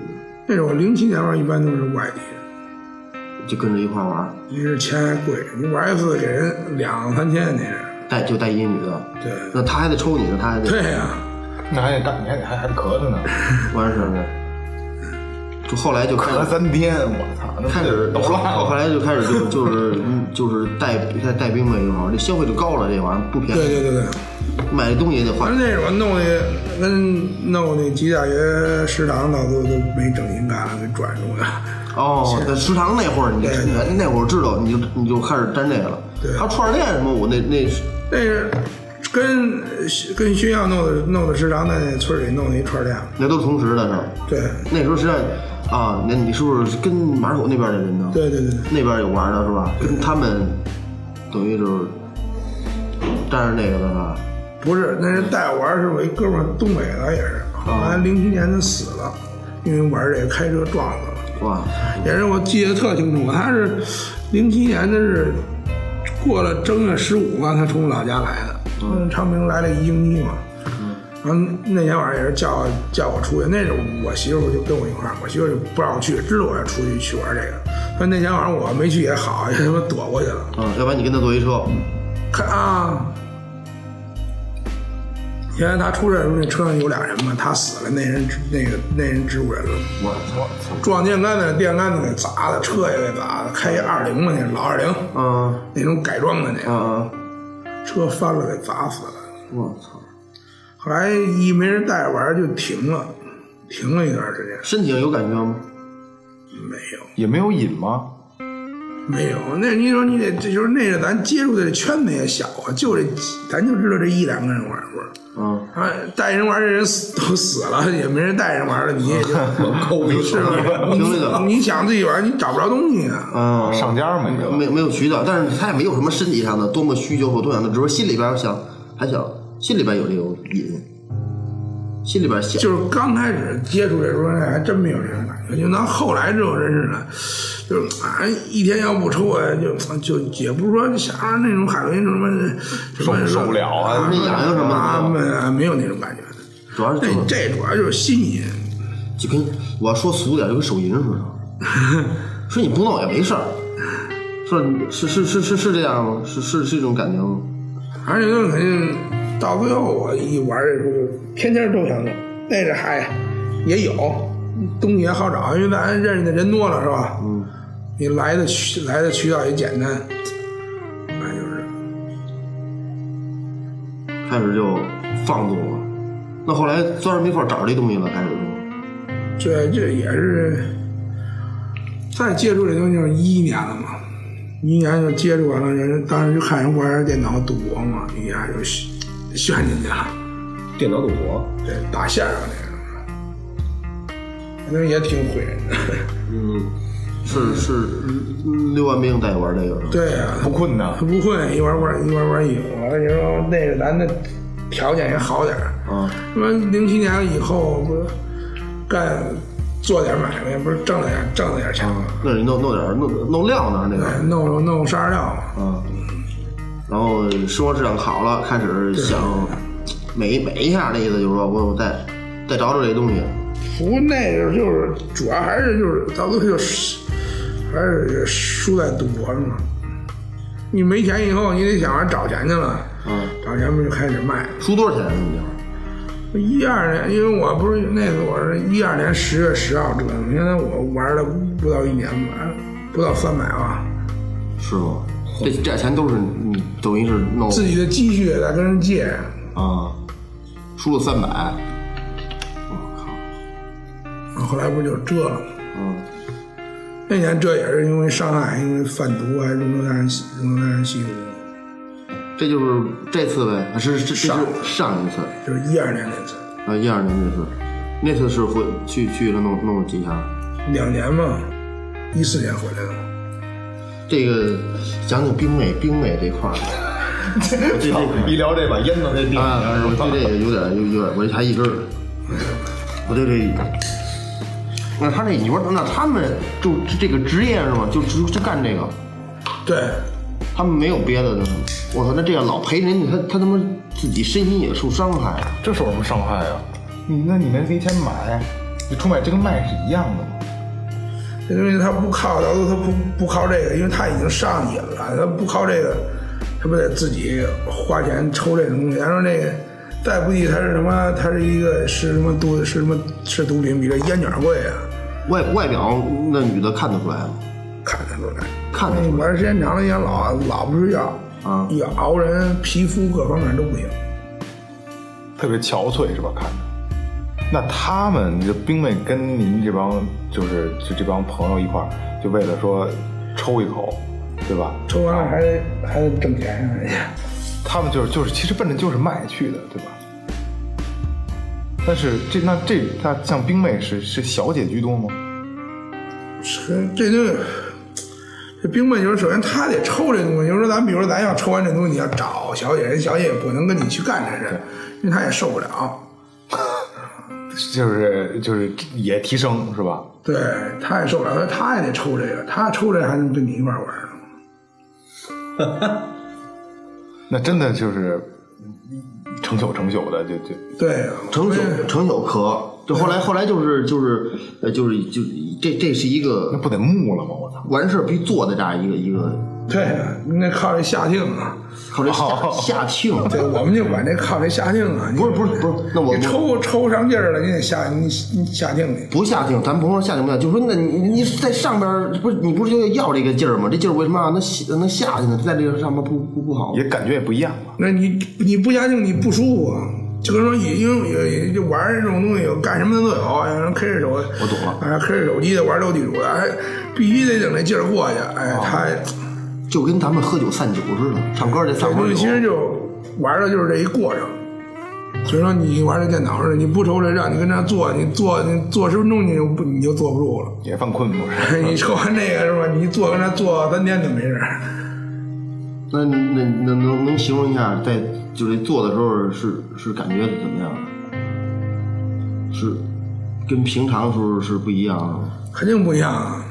Speaker 6: 那种零七年玩一般都是外地的，
Speaker 4: 就跟着一块玩儿，
Speaker 6: 你是钱还贵，你玩一次给人两三千那是。
Speaker 4: 带就带一女的，
Speaker 6: 对
Speaker 4: 那他还得抽你呢，他还得
Speaker 6: 对呀、啊
Speaker 3: 那还得大，你还得还还得咳嗽呢，
Speaker 4: 完事儿呢。就后来就开
Speaker 3: 咳
Speaker 4: 始
Speaker 3: 三天，我操，那
Speaker 4: 开
Speaker 3: 这
Speaker 4: 始
Speaker 3: 是都烂
Speaker 4: 后
Speaker 3: 了。
Speaker 4: 来就开始就就是 嗯就是带带带兵呗，一块儿，这消费就高了，这玩意儿不便
Speaker 6: 对
Speaker 4: 宜，
Speaker 6: 对对对，
Speaker 4: 买东西也得花
Speaker 6: 反。正那时候弄那跟弄那几大学食堂到最后都没整明白了，给转出去了。
Speaker 4: 哦，在食堂那会儿，你就那那会儿知道，你就你就开始沾这个了。
Speaker 6: 对
Speaker 4: 还有串儿店什么，我那那是
Speaker 6: 那是跟跟学校弄的弄的食堂，在那村里弄的一串店。
Speaker 4: 那都是同时的事儿。
Speaker 6: 对
Speaker 4: 那时候实际上啊，那你是不是跟马口那边的人呢？，
Speaker 6: 对对对对，
Speaker 4: 那边有玩的是吧？跟他们等于就是沾着那个的是吧？
Speaker 6: 不是，那是带我玩儿是我一哥们儿，东北的也是，后来零七年他死了，因为玩儿这个开车撞死了。
Speaker 4: 哇，
Speaker 6: 也是我记得特清楚，他是零七年的是过了正月十五吧，他从老家来的，嗯，昌平来了一星期嘛。然后那天晚上也是叫叫我出去，那时候我媳妇就跟我一块儿，我媳妇就不让我去，知道我要出去去玩这个。但那天晚上我没去也好，也他妈躲过去了。
Speaker 4: 啊，要不然你跟他坐一车，
Speaker 6: 看啊，原来他出事儿的时候，那车上有俩人嘛，他死了，那人那个那人植物人了。
Speaker 4: 我操，
Speaker 6: 撞电杆子，电杆子给砸了，车也给砸了，开一二零嘛，那老二零
Speaker 4: 嗯
Speaker 6: 那种改装的那
Speaker 4: 嗯
Speaker 6: 个，
Speaker 4: 嗯，
Speaker 6: 车翻了给砸死了。
Speaker 3: 嗯
Speaker 4: 我操，
Speaker 6: 后来一没人带玩儿就停了，停了一段时间，
Speaker 4: 身体上有感觉吗？
Speaker 6: 没有
Speaker 3: 也没有瘾吗？
Speaker 6: 没有。那你说你得这就是那个咱接触的圈子也小啊，就这咱就知道这一两个人玩儿玩儿。
Speaker 4: 嗯，
Speaker 6: 啊，带人玩儿这人死都死了，也没人带人玩儿了，你 也就
Speaker 5: 抠鼻
Speaker 6: 是吧？
Speaker 4: 停了就
Speaker 6: 你你想自己玩儿，你找不着东西啊。
Speaker 4: 嗯，
Speaker 3: 上家没有？啊
Speaker 4: 没没有渠道，但是他也没有什么身体上的多么需求或多想的，只是心里边想，还想心里边有这个瘾，心里边想，
Speaker 6: 就是刚开始接触这东西还真没有这种感觉，就咱后来之后真是的，就是反正一天要不抽啊，就就也不是说像那种海洛因什么什么
Speaker 3: 受受不了啊
Speaker 4: 那痒痒什么的
Speaker 6: 啊，没没有那种感觉。
Speaker 4: 主要是
Speaker 6: 这
Speaker 4: 就
Speaker 6: 这主要就是心瘾，
Speaker 4: 就跟我要说俗点，就跟手淫似 的，说你不弄也没事儿，是是是是是是这样吗？是是是这种感觉吗？
Speaker 6: 反正这东西肯定到最后我一玩这时候，天天都想弄。那个嗨，也有东西也好找，因为咱认识的人多了是吧？嗯，你来的渠来的渠道也简单，哎反正就是。
Speaker 4: 开始就放纵了。那后来钻上没缝找着这东西了，开始说
Speaker 6: 这这也是再接触这东西就是一一年了嘛，一一年就接触完了，人当时就看人玩电脑赌博嘛，一下就陷陷进去了，
Speaker 5: 电脑赌博，
Speaker 6: 对，打线上那个，反正也挺毁人的。
Speaker 4: 是是嗯六万兵带玩这个，
Speaker 6: 对呀、
Speaker 3: 不困呐
Speaker 6: 他，不混，一玩玩一玩玩一宿。我跟你说，那个咱的条件也好点儿。
Speaker 4: 啊，
Speaker 6: 他妈零七年以后不是干做点买卖，不是挣了点挣了点钱吗？
Speaker 4: 那你弄弄点儿弄弄料呢那个，
Speaker 6: 弄弄沙料嘛，
Speaker 4: 啊，然后生活质量好了，开始想美美一下，那意思就是说我我再再找找这东西，
Speaker 6: 不那个就是主要还是就是到最后就是还是输在赌博上了。你没钱以后，你得想着找钱去了。
Speaker 4: 嗯，
Speaker 6: 找钱不就开始卖？
Speaker 4: 输多少钱啊你这
Speaker 6: 一二年，因为我不是那次我是一二年十月十号折腾，现在我玩了不到一年吧，不到三百吧，
Speaker 4: 是吗？这这钱都是你等于是弄
Speaker 6: 自己的积蓄在跟人借，
Speaker 4: 啊，输了三百，
Speaker 6: 后来不就这了吗？
Speaker 4: 嗯，
Speaker 6: 那年这也是因为伤害，因为贩毒还容留在人容留在人吸毒，
Speaker 4: 这就是这次呗，是是这是
Speaker 6: 上
Speaker 4: 上一次，
Speaker 6: 就是一二年那次，
Speaker 4: 啊一二年那次，那次是回去去了弄弄了几下。
Speaker 6: 两年嘛，一四年回来的嘛。
Speaker 4: 这个讲讲冰美冰美这块儿，我对这块儿
Speaker 3: 一聊这把烟都这地
Speaker 4: 啊，
Speaker 3: 上
Speaker 4: 我对这个有点有有点，我还一直，我对这，那他这你说那他们就这个职业是吗？就就就干这个，
Speaker 6: 对，
Speaker 4: 他们没有别的的。我操，那这样老陪人家，他他他妈自己身心也受伤害啊！
Speaker 3: 这受什么伤害啊？你那你没没钱买，你出买这跟卖是一样的吗？
Speaker 6: 这东西他不靠，到时候他不不靠这个，因为他已经上瘾了，他不靠这个，他不得自己花钱抽这种东西。然后那个再不济，他是什么？他是一个是什么毒？是什么？是毒品比这烟卷贵啊？
Speaker 4: 外外表那女的看得出来吗？
Speaker 6: 看得出来，
Speaker 4: 看得出来
Speaker 6: 玩时间长了也老老不睡觉
Speaker 4: 啊
Speaker 6: 也熬人，皮肤各方面都不行。
Speaker 3: 特别憔悴是吧？看着。那他们这冰妹跟您这帮就是就这帮朋友一块儿，就为了说抽一口，对吧？
Speaker 6: 抽完了还得还得挣钱啊哎呀，人家。
Speaker 3: 他们就是就是其实奔着就是卖去的，对吧？但是这那这那像冰妹是是小姐居多吗？
Speaker 6: 这这东西，这冰棍就是首先他得抽这东西。就是说咱比如说咱要抽完这东西，你要找小姐，人小姐也不能跟你去干这事，因为她也受不了。
Speaker 3: 就是就是也提升是吧？
Speaker 6: 对，她也受不了，她也得抽这个，她抽这个还能跟你一块玩呢。
Speaker 3: 那真的就是嗯成宿成宿的，就就
Speaker 6: 对，
Speaker 4: 成
Speaker 6: 所以
Speaker 4: 宿成宿可，这后来后来就是就是呃就是就这这是一
Speaker 3: 那
Speaker 4: 个
Speaker 3: 不得木了吗？我操！
Speaker 4: 完事儿必须做的这样一个一个，
Speaker 6: 对，那靠这下定啊，
Speaker 4: 靠这下下庆。
Speaker 6: 对，我们就管这靠这下定啊。
Speaker 4: 不是不是不是，那我
Speaker 6: 你抽抽上劲儿了，你得下你你下定去。
Speaker 4: 不下定，咱甭说下定不下定，就说那你你在上边儿不是你不是就要这个劲儿吗？这劲儿为什么让它下能下去呢？在这个上面不不不好
Speaker 3: 也感觉也不一样吧？
Speaker 6: 那你你不下定你不舒服啊，就跟说也因为也也就玩儿这种东西，干什么的都有，有人开着手，我
Speaker 4: 懂了，
Speaker 6: 哎，开着手机的玩斗地主的，哎，必须得等那劲儿过去，哎，
Speaker 4: 啊
Speaker 6: 他
Speaker 4: 就跟咱们喝酒散酒似的，唱歌这
Speaker 6: 这
Speaker 4: 散会
Speaker 6: 东
Speaker 4: 儿
Speaker 6: 西其实
Speaker 4: 酒，
Speaker 6: 就玩的就是这一过程。所以说你玩这电脑似的，你不抽这，让你跟那坐，你坐你坐十分钟你就不你就坐不住了。
Speaker 3: 也犯困不是？
Speaker 6: 你抽完这个是吧？你一坐跟那坐三天就没事儿。
Speaker 4: 那那那能能形容一下，在就是做的时候是是感觉怎么样？是跟平常的时候是不一样的，
Speaker 6: 肯定不一样啊。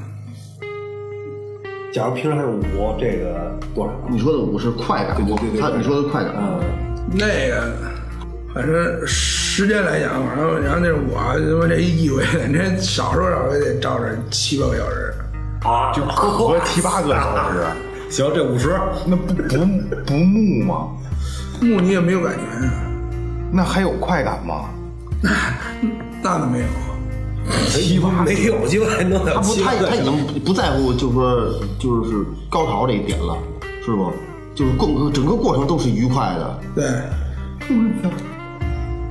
Speaker 5: 假如平常是五，这个多少？
Speaker 4: 你说的我是快感，
Speaker 5: 对对对对
Speaker 4: 他你说的快感，
Speaker 5: 嗯，
Speaker 6: 那个，反正时间来讲，反正然后那是我他妈这一回，这少说少也得照着七八个小时。
Speaker 3: 就合七八个小时，
Speaker 5: 行，这五十，
Speaker 3: 那不不不木吗？
Speaker 6: 木你也没有感觉啊，
Speaker 3: 那还有快感吗？
Speaker 6: 那倒没有。
Speaker 5: 七八没有，鸡巴还能
Speaker 4: 他
Speaker 5: 有
Speaker 4: 不，
Speaker 5: 七
Speaker 4: 他
Speaker 5: 八
Speaker 4: 他
Speaker 5: 个
Speaker 4: 已
Speaker 5: 小时？
Speaker 4: 经不在乎，就是说，就是高潮这一点了，是不？就是过整个过程都是愉快的，
Speaker 6: 对，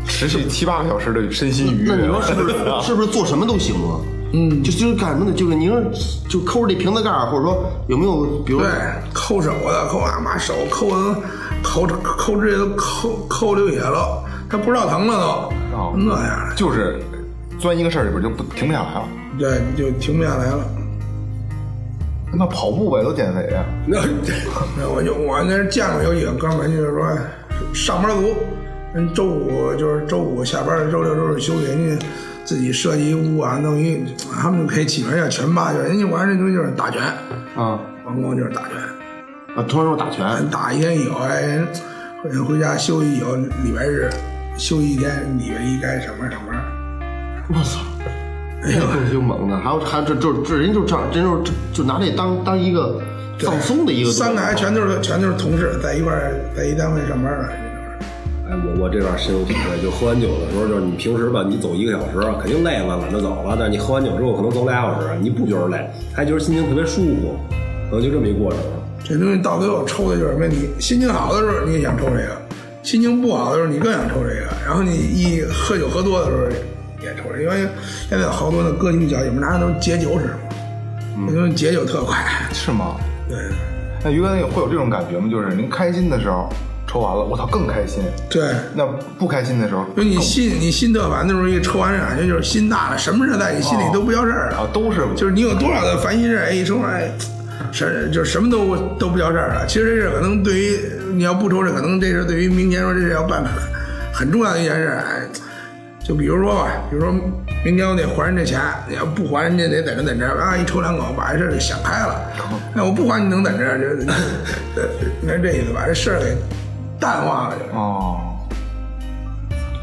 Speaker 3: 持续七八个小时的身心愉悦。
Speaker 4: 那你说是不是是不是做什么都行啊？嗯，就就是干什么的，就是你说就抠着这瓶子盖儿，或者说有没有，比如
Speaker 6: 对，抠手的，抠俺妈手，抠的，抠抠这都抠抠流血了，他不知道疼了都，
Speaker 3: 哦
Speaker 6: 那样，
Speaker 3: 就是钻一个事儿里边就不停不下来了。
Speaker 6: 对，就停不下来了。
Speaker 3: 那跑步呗，都减肥啊呀。
Speaker 6: 那那我就我那见过有几个哥们儿，就是说上班族，人周五就是周五下班，周六周日休息，人家自己设计一屋啊，弄一，他们就可以起名叫拳吧，就是人家玩这东西就是打拳，
Speaker 4: 啊
Speaker 3: 嗯
Speaker 6: 王光就是打拳，
Speaker 3: 呃
Speaker 4: 啊，突然说打拳，
Speaker 6: 打一天以后，哎，人人回家休息一宿，礼拜日休息一天，礼拜一该上班上班。
Speaker 4: 我操！哎 呀，够凶猛的，还有还有这这这人就这样，人就就就拿这当当一个放松的一个
Speaker 6: 三个还全都是全都是同事，在一块儿在一单位上班的。
Speaker 5: 哎，我我这边深有体会，就喝完酒的时候，就是你平时吧，你走一个小时啊肯定累了，懒得走了，但是你喝完酒之后可能走俩小时，啊你不觉得累，还觉得心情特别舒服，然后就这么一过程。
Speaker 6: 这东西到最后抽的就是什么？你心情好的时候你也想抽这个，心情不好的时候你更想抽这个，然后你一喝酒喝多的时候也抽这个，因为现在有好多那歌星小姐们拿的都是解酒使嘛，那东西解酒特快。
Speaker 3: 是吗？
Speaker 6: 对
Speaker 3: 那于哥那个会有这种感觉吗？就是您开心的时候抽完了，我操，更开心；
Speaker 6: 对，
Speaker 3: 那不开心的时候
Speaker 6: 因为你心你心特烦的时候一抽完，感觉就是心大了，什么事在你心里都不叫事儿了
Speaker 3: 啊。都是
Speaker 6: 就是你有多少的烦心事儿，哎，一抽哎，什就是什么都都不叫事儿了。其实这事儿可能对于你要不抽这，可能这事儿对于明天说这事儿要办很很重要的一件事儿。哎，就比如说吧，比如说明天我得还人这钱，你要不还人家得等着等着啊，一抽两口把这事儿给想开了。那我不还你能等着，这这这那这意思把这事儿给淡化了就。
Speaker 3: 哦，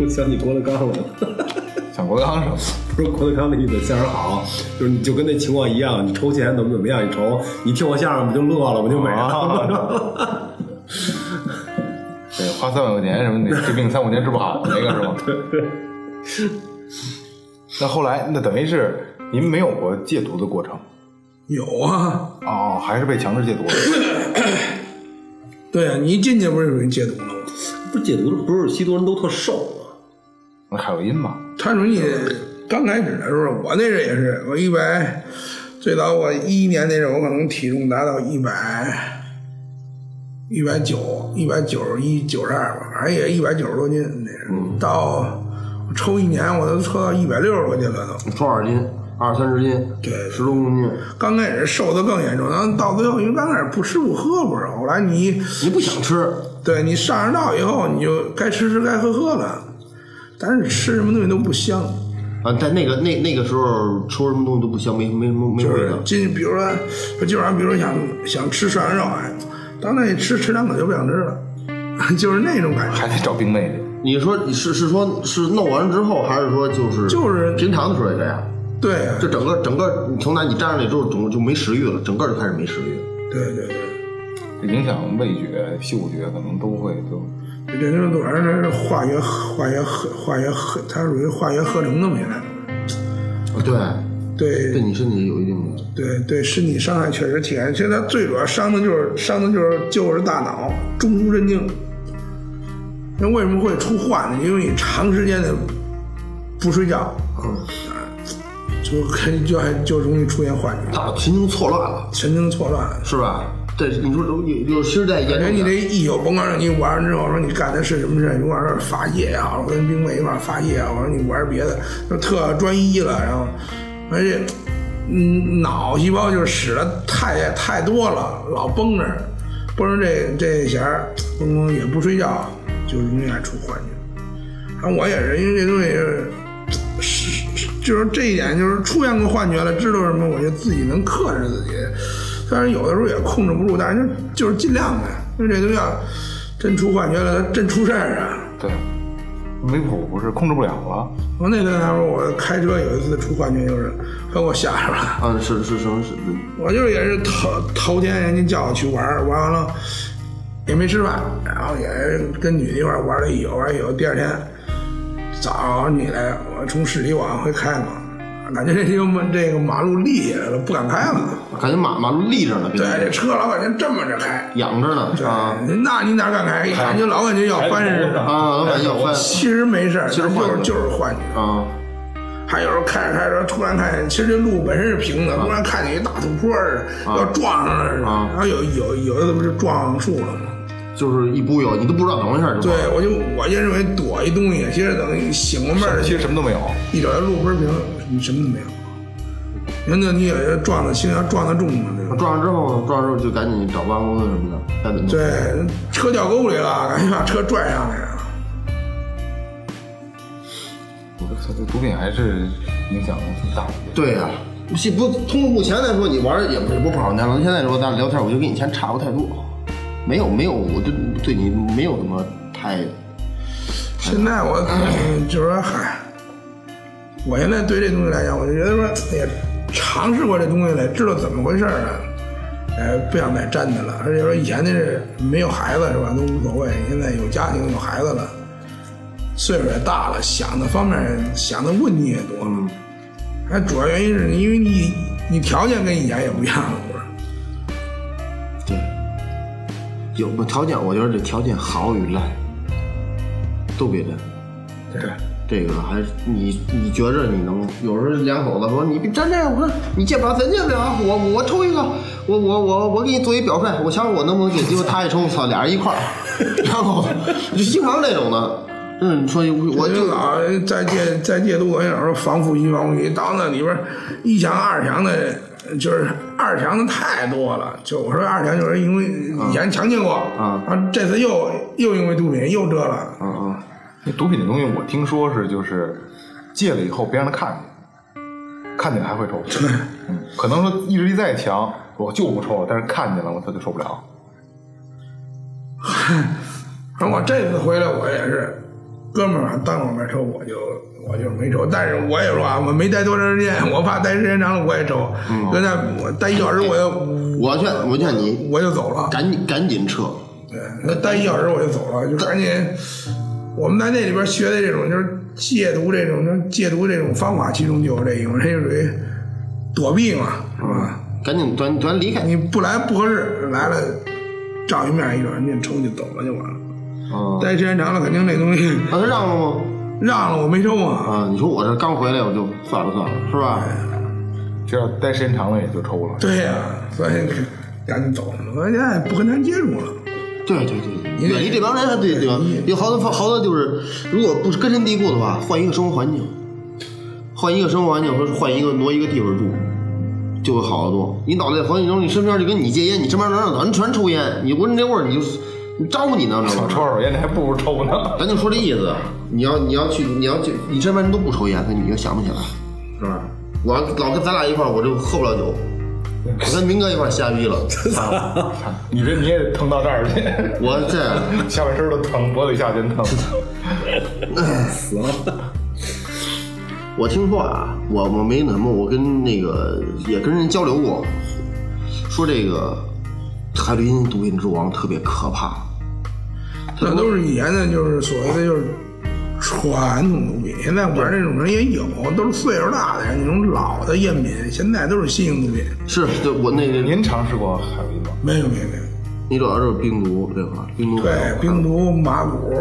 Speaker 5: 我想起郭德纲了，
Speaker 3: 想郭德纲什么？
Speaker 5: 不是郭德纲的意思，相声好，就是你就跟那情况一样，你筹钱怎么怎么样，你筹，你听我相声不就乐了，不就美 了？
Speaker 3: 对，花三百块钱什么的，这病三五年治不好，那个是吗？那后来，那等于是您没有过戒毒的过程
Speaker 6: 有啊，
Speaker 3: 哦，还是被强制戒毒的。
Speaker 6: 对啊，你一进去不是属于戒毒了吗？
Speaker 5: 不是解毒的，不是吸毒人都特瘦吗？
Speaker 3: 那海洛因嘛，
Speaker 6: 他容易刚开始的时候，我那阵也是，我一百，最早我一一年那阵，我可能体重达到一百，一百九，一百九十一、九十二吧，反正也一百九十多斤那阵。到我抽一年，我都抽到一百六十多斤了都。
Speaker 4: 多少斤？二三十斤，
Speaker 6: 对
Speaker 4: 十多公斤。
Speaker 6: 刚开始瘦的更严重，然后到最后，因为刚开始不吃不喝不是，后来你
Speaker 4: 你不想吃，
Speaker 6: 对你上上道以后，你就该吃吃该喝喝了，但是吃什么东西都不香。
Speaker 4: 啊，在那个那那个时候抽什么东西都不香，没没没没
Speaker 6: 就
Speaker 4: 味
Speaker 6: 是
Speaker 4: 道。
Speaker 6: 今比如说，就今晚上比如说想想吃涮羊肉，哎，当那吃吃两口就不想吃了， 就是那种感觉。
Speaker 3: 还得找冰妹去。
Speaker 4: 你说你是是说是弄完之后，还是说就是
Speaker 6: 就是
Speaker 4: 平常的时候也这样？
Speaker 6: 对啊
Speaker 4: 就整个整个，你从那你站上来之后，整个就没食欲了，整个就开始没食欲了。
Speaker 6: 对对对，
Speaker 3: 这影响味觉、嗅觉，可能都会就
Speaker 6: 这这这玩意儿是化学化学合化学合，它属于化学合成的嘛，现在
Speaker 4: 对，
Speaker 6: 哦
Speaker 4: 对
Speaker 6: 对
Speaker 4: 你身体有一定的。
Speaker 6: 对对身体伤害确实挺严重。现在最主要伤的就是伤的就是就是大脑中枢神经。那为什么会出患呢？因为你长时间的不睡觉，
Speaker 4: 嗯，
Speaker 6: 就可以就还就容易出现幻觉。
Speaker 4: 大脑神经错乱了，
Speaker 6: 神经错乱。
Speaker 4: 是吧？对，你说有有有，其实在严
Speaker 6: 哎，
Speaker 4: 重
Speaker 6: 你这
Speaker 4: 的，
Speaker 6: 一宿甭管说你玩完之后说你干的是什么事，你玩儿发泄也好，跟冰妹一块儿发泄啊，我说你玩儿别的，就特专一了，然后而且嗯脑细胞就是使的太太多了，老绷着，绷着这这弦儿，绷绷也不睡觉，就容易爱出幻觉。然啊后我也是因为这东西是。是是就是这一点，就是出现过幻觉了，知道什么，我就自己能克制自己。虽然有的时候也控制不住，但是就就是尽量呗。因为这东西要真出幻觉了，它真出事儿啊！
Speaker 3: 对，没谱不是控制不了了。
Speaker 6: 我那天他说我开车有一次出幻觉，就是把我吓着了。
Speaker 4: 嗯，是是什么是？
Speaker 6: 我就是也是头头天人家叫我去玩儿，玩完了也没吃饭，然后也是跟女的一块儿玩了一宿，玩一宿。第二天早上起来，我从市里往回开嘛，感觉这就这个马路立起来了，不敢开了。
Speaker 4: 感觉马马路立着呢，
Speaker 6: 对，这
Speaker 4: 对，
Speaker 6: 车老感觉这么着开，
Speaker 4: 仰着呢
Speaker 6: 对，
Speaker 4: 啊，
Speaker 6: 那你哪敢开？感觉老感觉要翻似的。
Speaker 4: 啊，老板要翻
Speaker 6: 其实没事儿，
Speaker 4: 其实换
Speaker 6: 就是
Speaker 4: 了
Speaker 6: 就是幻觉。
Speaker 4: 啊，
Speaker 6: 还有时候开着开着，突然看见，其实这路本身是平的，突然看见一大土坡似的，要撞上了似的。
Speaker 4: 啊
Speaker 6: 然后有有有的不是撞树了吗？
Speaker 4: 就是一不有你都不知道怎么回事儿，
Speaker 6: 对，我就我就认为躲一东西，其实等你醒过味儿，
Speaker 3: 其实什么都没有，
Speaker 6: 一找这路不是平，你什么都没有。人家你也撞的轻，要撞的重嘛，对吧？
Speaker 4: 撞上之后呢，撞上之后就赶紧找保安公啊司什么的，该怎么弄
Speaker 6: 对，车掉沟里了，赶紧把车拽上来了。
Speaker 3: 我操，这毒品还是影响挺大的。
Speaker 4: 对呀、不是不通过目前来说，你玩儿也不也不跑那了。现在说咱聊天，我就跟以前差不太多，啊没有没有，我就对你没有什么太
Speaker 6: 现在我就是说，嗨，我现在对这东西来讲，我就觉得说，哎也尝试过这东西了，知道怎么回事儿了，哎，不想再沾它了。而且说以前那是没有孩子是吧，都无所谓。现在有家庭有孩子了，岁数也大了，想的方面想的问题也多了。还主要原因是因为你你条件跟以前也不一样了，不是？
Speaker 4: 对。有不条件，我觉得这条件好与赖都别沾。
Speaker 6: 对。
Speaker 4: 这个还是你你觉着你能有时候两口子说你别沾这个，我说你戒不了，咱戒不了，我我抽一个，我我我我给你做一表率，我瞧我能不能给结果他一抽，操，俩人一块儿， 然后就经常这种的，嗯，你说我
Speaker 6: 我
Speaker 4: 就
Speaker 6: 就老在戒在戒毒，我有时候防负一防负一，到那里边儿一强二强的，就是二强的太多了。就我说二强就是因为以前强奸过，
Speaker 4: 啊
Speaker 6: 啊，这次又又因为毒品又这了，
Speaker 4: 嗯嗯，
Speaker 3: 那毒品这东西，我听说是就是戒了以后别让他看见，看见还会抽。嗯，可能说意志力再强，我就不抽了，但是看见了我他就受不了。
Speaker 6: 反正我这次回来我也是，哥们儿当着我面抽，我就我就没抽。但是我也说啊，我没待多长时间，我怕待时间长了我也抽。跟那我待一小时我就
Speaker 4: 我劝我劝你
Speaker 6: 我就走了。
Speaker 4: 赶紧赶紧撤，
Speaker 6: 对，那待一小时我就走了，就赶紧。我们在那里边学的这种就是戒毒这种，就是戒毒这种方法，其中就有这一种，这就属于躲避嘛，是吧？
Speaker 4: 赶紧咱咱离开，
Speaker 6: 你不来不合适，来了照一面一转，人家抽就走了就完了。
Speaker 4: 嗯，
Speaker 6: 待时间长了，肯定这东西
Speaker 4: 啊，他让了吗？
Speaker 6: 让了我没抽啊。
Speaker 4: 啊，你说我这刚回来我就算了算了，是吧？
Speaker 3: 只要待时间长了也就抽了。
Speaker 6: 对呀、所以赶紧走了。我现在不跟他接触了。
Speaker 4: 对对对，远离这帮人还对对吧？有好多方好多就是，如果不是根深蒂固的话，换一个生活环境，换一个生活环境，或者换一个挪一个地方住，就会好得多。你脑袋环境中，你身边就跟你戒烟，你身边能让咱全抽烟，你闻这味儿你就你招你呢，知道
Speaker 3: 我抽
Speaker 4: 吗？
Speaker 3: 二手烟，你还不如抽呢。
Speaker 4: 咱就说这意思，啊你要你要去你要去，你身边人都不抽烟，那你就想不起来，是吧？我要老跟咱俩一块儿，我就喝不了酒。我跟明哥一块儿瞎逼了，
Speaker 3: 你这你也疼到这儿去，
Speaker 4: 我这。
Speaker 3: 下半身都疼，脖子以下全疼。
Speaker 4: 我听说啊，我我没那什么，我跟那个也跟人交流过，说这个海洛因毒品之王特别可怕。
Speaker 6: 那都是以前的，就是所谓的就是传统毒品。现在玩这种人也有，都是岁数大的人，那种老的烟民，现在都是新型毒品。
Speaker 4: 是，对我那个
Speaker 3: 您尝试过海洛因吗？
Speaker 6: 没有没有没有，
Speaker 4: 你主要就是冰毒这块儿，冰毒
Speaker 6: 对，冰毒、麻古，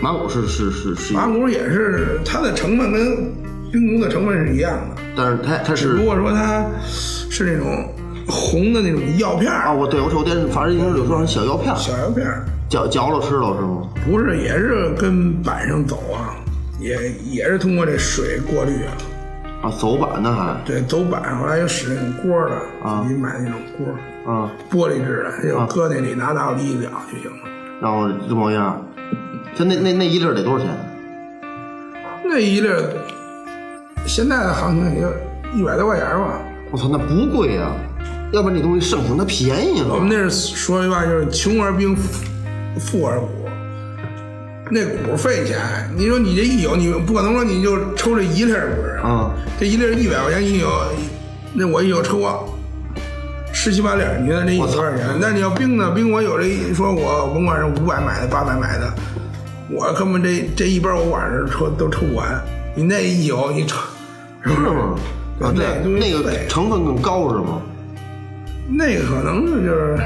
Speaker 4: 马古是是是是一个，
Speaker 6: 麻古也是它的成分跟冰毒的成分是一样的，
Speaker 4: 但是它它
Speaker 6: 如
Speaker 4: 是
Speaker 6: 果说它是那种红的那种药片
Speaker 4: 啊，
Speaker 6: 儿、
Speaker 4: 我对我瞅电视，反正应该有说小药片儿，
Speaker 6: 小药片儿，
Speaker 4: 嚼嚼了吃了是吗？
Speaker 6: 不是也是跟板上走啊，也也是通过这水过滤啊。
Speaker 4: 啊，走板呢还
Speaker 6: 对，走板，后来又使那种锅儿的，
Speaker 4: 啊
Speaker 6: 自己买那种锅儿，
Speaker 4: 啊，
Speaker 6: 玻璃制的，就搁那里拿打火机一燎就行了。
Speaker 4: 然后这模样，它那那那一粒儿得多少钱？啊
Speaker 6: 那一粒儿现在的行情也就一百多块钱儿吧。
Speaker 4: 我操，那不贵啊，要不然这东西盛行它便宜
Speaker 6: 我
Speaker 4: 了
Speaker 6: 们。那是说一句话，就是穷而兵，富富而鼓。那鼓费钱，你说你这一有，你不可能说你就抽这一粒儿不是？
Speaker 4: 嗯，
Speaker 6: 这一粒儿一百块钱一有，那我一有抽啊，十七八粒儿，你看这一有多少钱？那你要冰呢？冰我有这一说我甭管是五百买的、八百买的，我根本这这一包我晚上抽都抽不完。你那一有，你抽，是不
Speaker 4: 是
Speaker 6: 是
Speaker 4: 吗？啊，
Speaker 6: 那
Speaker 4: 对，
Speaker 6: 东西
Speaker 4: 那个
Speaker 6: 对
Speaker 4: 成分更高是吗？
Speaker 6: 那可能就是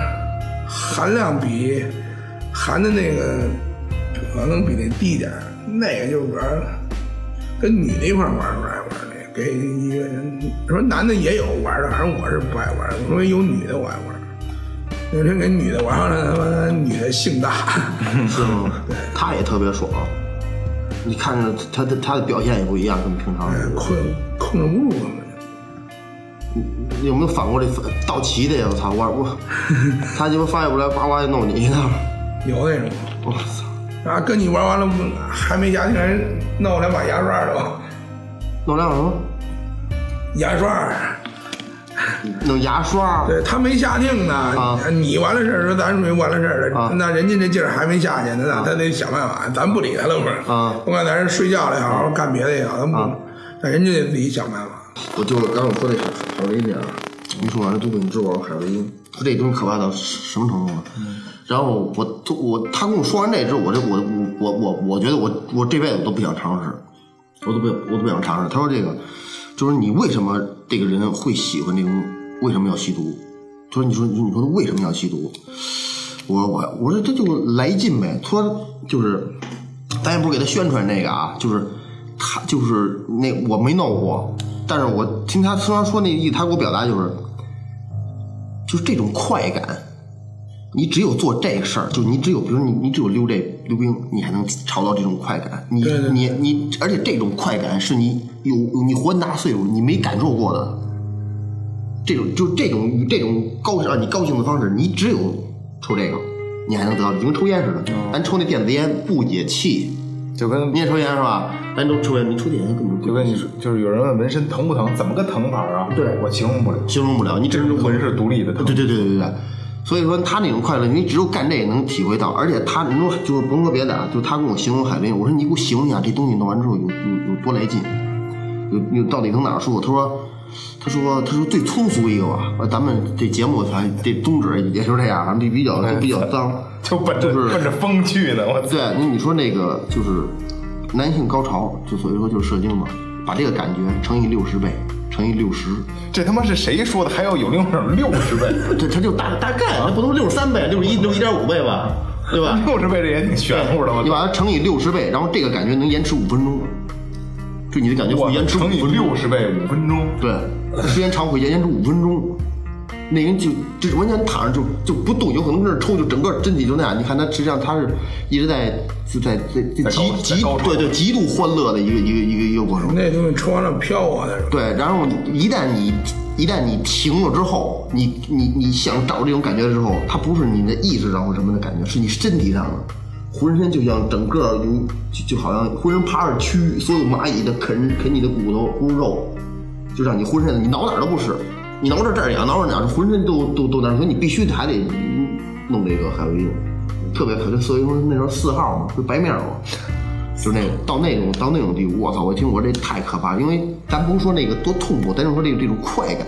Speaker 6: 含量比含的那个可能比那低点儿，那个就玩儿跟女的一块儿玩儿不爱玩儿那个，给一个人说男的也有玩儿的，反正我是不爱玩儿，因为有女的我爱玩儿。有天给女的玩儿了，他妈女的性大，
Speaker 4: 是吗？他也特别爽，你看着他的他的表现也不一样，跟平
Speaker 6: 哎
Speaker 4: 常人。
Speaker 6: 控控制不住根本就。
Speaker 4: 你有没有反过来倒骑的呀？我操，我 我他鸡巴发育不来，呱呱就弄你一趟。
Speaker 6: 有那种，
Speaker 4: 我操，
Speaker 6: 然后跟你玩完了还没牙，竟然弄两把牙刷都，
Speaker 4: 弄俩什么？
Speaker 6: 牙刷，
Speaker 4: 弄牙刷。
Speaker 6: 对他没下定呢，
Speaker 4: 啊
Speaker 6: 你完了事儿，说咱没完了事儿了，
Speaker 4: 啊
Speaker 6: 那人家这劲儿还没下去呢，那他得想办法，咱不理他了不是？
Speaker 4: 啊
Speaker 6: 不管咱是睡觉了也好，干别的也好，咱不，
Speaker 4: 啊
Speaker 6: 那人家得自己想办法。
Speaker 4: 我就是刚才我说那海洛因那样，你说完了毒品之王海洛因，他这东西可怕到什么程度了？然后我我他跟我说完这之后，我这我我我我觉得我我这辈子都不想尝试，我都不我都不想尝试。他说这个就是你为什么这个人会喜欢这种，为什么要吸毒？他说你说你说你说他为什么要吸毒？我我我说这就来劲呗，他说就是，咱也不是给他宣传这个啊，就是他就是那我没弄过，但是我听他虽然说那意思，他给我表达就是，就是这种快感，你只有做这个事儿，就是你只有比如你你只有溜这溜冰，你才能尝到这种快感，你
Speaker 6: 对对
Speaker 4: 你你，而且这种快感是你有你活那么大岁数你没感受过的，这种就是这种这种高让你高兴的方式，你只有抽这个，你还能得到，就跟抽烟似的，
Speaker 3: 哦
Speaker 4: 咱抽那电子烟不解气，
Speaker 3: 就跟
Speaker 4: 你也抽烟是吧？咱都抽烟，你抽电烟根本
Speaker 3: 就跟你说，就是有人问纹身疼不疼，怎么个疼法啊？
Speaker 4: 对
Speaker 3: 我形容不了，
Speaker 4: 形容不了，你只
Speaker 3: 这
Speaker 4: 能
Speaker 3: 纹是独立的疼。
Speaker 4: 对对对对对。所以说他那种快乐，你只有干这也能体会到，而且他你说就是甭说别的啊，就是他跟我形容海林，我说你给我形容一下这东西弄完之后有有有多来劲，有有到底能哪儿舒服？他说他说他说最粗俗一个吧，呃咱们这节目反正这宗旨也就这样，咱们比较比较脏，
Speaker 3: 就奔着、
Speaker 4: 就是
Speaker 3: 奔着风去呢，我操！
Speaker 4: 对，那你说那个就是男性高潮，就所以说就是射精嘛，把这个感觉乘以六十倍，乘以六十，
Speaker 3: 这他妈是谁说的？还要有另外六十倍，
Speaker 4: 这它就大大概，啊那不都六十三倍，六十一、六一点五倍吧，对吧？
Speaker 3: 六十倍这也挺玄乎的，我
Speaker 4: 你
Speaker 3: 操！
Speaker 4: 把它乘以六十倍，然后这个感觉能延迟五分钟，就你的感觉
Speaker 3: 我
Speaker 4: 会延迟五
Speaker 3: 乘以
Speaker 4: 分钟，
Speaker 3: 六十倍，五分钟，
Speaker 4: 对，时间长会延迟五分钟。那人就就是完全躺着就就不动，有可能跟那儿抽，就整个身体就那样。你看他实际上他是一直在就在在
Speaker 3: 在
Speaker 4: 在极
Speaker 3: 高
Speaker 4: 极
Speaker 3: 在高潮
Speaker 4: 对对极度欢乐的一个一个一个一个过程。
Speaker 6: 那东西抽完了飘啊那种，
Speaker 4: 对，然后一旦你一旦你停了之后，你你你想找这种感觉的时候，它不是你的意识上或什么的感觉，是你身体上的，浑身就像整个有就就好像浑身爬着蛆，所有蚂蚁的啃啃你的骨头骨肉，就让你浑身你挠哪儿都不是，你挠这儿这儿痒，挠这儿哪儿，浑身都都都难受，所以你必须得还得弄这个海洛因，特别可惜。所以说那时候四号嘛，就白面嘛。就是那种到那种到那种地步，我操！我一听我说这太可怕，因为咱甭说那个多痛苦，咱就说这个这种快感，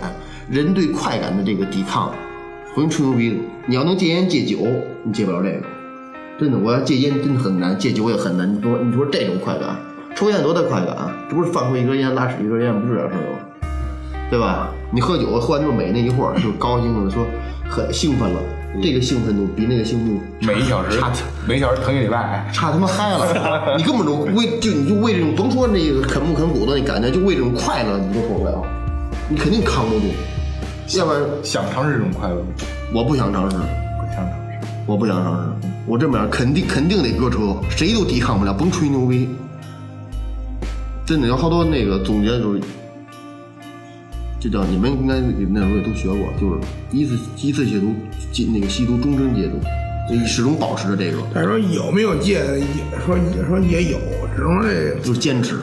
Speaker 4: 人对快感的这个抵抗。我跟你吹牛逼，你要能戒烟戒酒，你戒不了这个。真的，我要戒烟真的很难，戒酒也很难。你说你说这种快感，抽烟多大快感啊？这不是犯过一根烟拉屎一根烟，不是点事儿吗？对吧？你喝酒喝完之后美那一会儿就高兴了，说很兴奋了，这个兴奋度比那个兴奋度
Speaker 3: 每一小时
Speaker 4: 差
Speaker 3: 每一小时疼一礼拜。
Speaker 4: 差他妈嗨了！你根本就为就你就为这种甭说那个啃不啃骨头那感觉，就为这种快乐你都受不了，你肯定扛不住。要不然
Speaker 3: 想尝试这种快乐吗，
Speaker 4: 我不想尝试，
Speaker 3: 不想尝试。
Speaker 4: 我不想尝试，我这么样肯定肯定得割车，谁都抵抗不了，甭吹牛逼。真的有好多那个总结就是，这叫你们应该那时候也都学过，就是一次一次戒毒，戒那个吸毒终身戒毒，你始终保持着这个，
Speaker 6: 但是说有没有戒的，也说说也有，只能说这
Speaker 4: 就是坚持，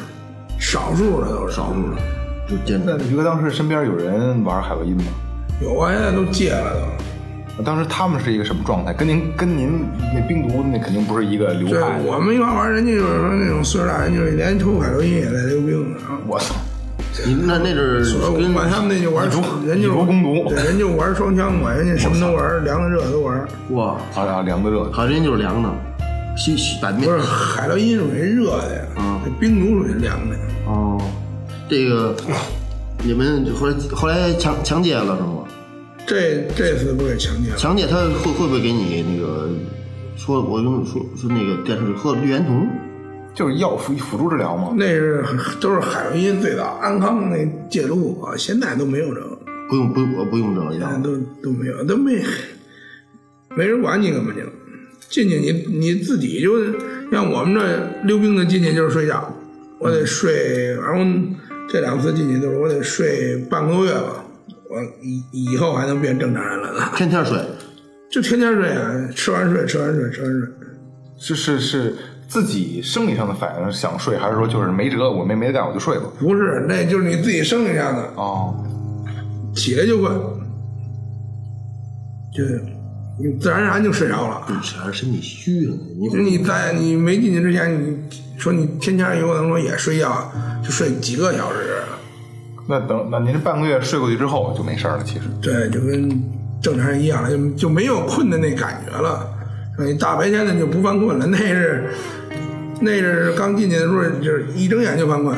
Speaker 6: 少数的都是少数的，
Speaker 4: 就是坚持。
Speaker 3: 那于哥当时身边有人玩海洛因吗？
Speaker 6: 有啊，现在都戒了都。
Speaker 3: 当时他们是一个什么状态？跟您跟您那冰毒那肯定不是一个流
Speaker 6: 对
Speaker 3: 派，的。
Speaker 6: 我们一块玩儿，人家就是说那种岁数大人，就是连抽海洛因也带溜冰的啊。
Speaker 3: 我操！
Speaker 4: 你那那阵
Speaker 6: 所以
Speaker 4: 儿
Speaker 6: 我
Speaker 4: 跟
Speaker 6: 们他们那就玩儿
Speaker 3: 以毒，
Speaker 6: 人就
Speaker 3: 以毒攻毒
Speaker 6: 对，人就玩儿双枪嘛，人家什么都玩儿，凉的热的都玩儿。
Speaker 4: 哇，
Speaker 3: 好俩凉的热的，
Speaker 4: 好像就是凉的，吸吸板面
Speaker 6: 不是海洛因属于热的呀，
Speaker 4: 嗯
Speaker 6: 冰毒属于凉的呀。
Speaker 4: 哦，这个你们后来后来强强奸了是吗？
Speaker 6: 这这次不给强奸了，
Speaker 4: 强姐她会会不会给你那个说？我跟你说说那个电视剧喝绿原酮，
Speaker 3: 就是药辅辅助治疗嘛。
Speaker 6: 那是都是海洛因最早，安康那介入啊，现在都没有这个，
Speaker 4: 不用不用不用这个
Speaker 6: 现在
Speaker 4: 药，
Speaker 6: 都都没有，都没没人管你根本就进去你你自己就像我们这溜冰的进去就是睡觉，我得睡，然后这两次进去就是我得睡半个月吧，我以以后还能变正常人了呢，
Speaker 4: 天天睡，
Speaker 6: 就天天睡啊，吃完睡吃完睡吃完睡。
Speaker 3: 是是是自己生理上的反应想睡，还是说就是没辙，我没没得干我就睡吧？
Speaker 6: 不是，那就是你自己生理上的，
Speaker 3: 哦，
Speaker 6: 起来就困，就是你自然而然就睡着了。
Speaker 4: 主嗯要是身体虚了，你
Speaker 6: 就是你在你没进去之前，你说你天天有可能说也睡觉，就睡几个小时，
Speaker 3: 那等那您这半个月睡过去之后就没事儿了，其实。
Speaker 6: 对，就跟正常人一样了，就就没有困的那感觉了。你大白天的就不犯困了，那是那是刚进去的时候，就是一睁眼就犯困，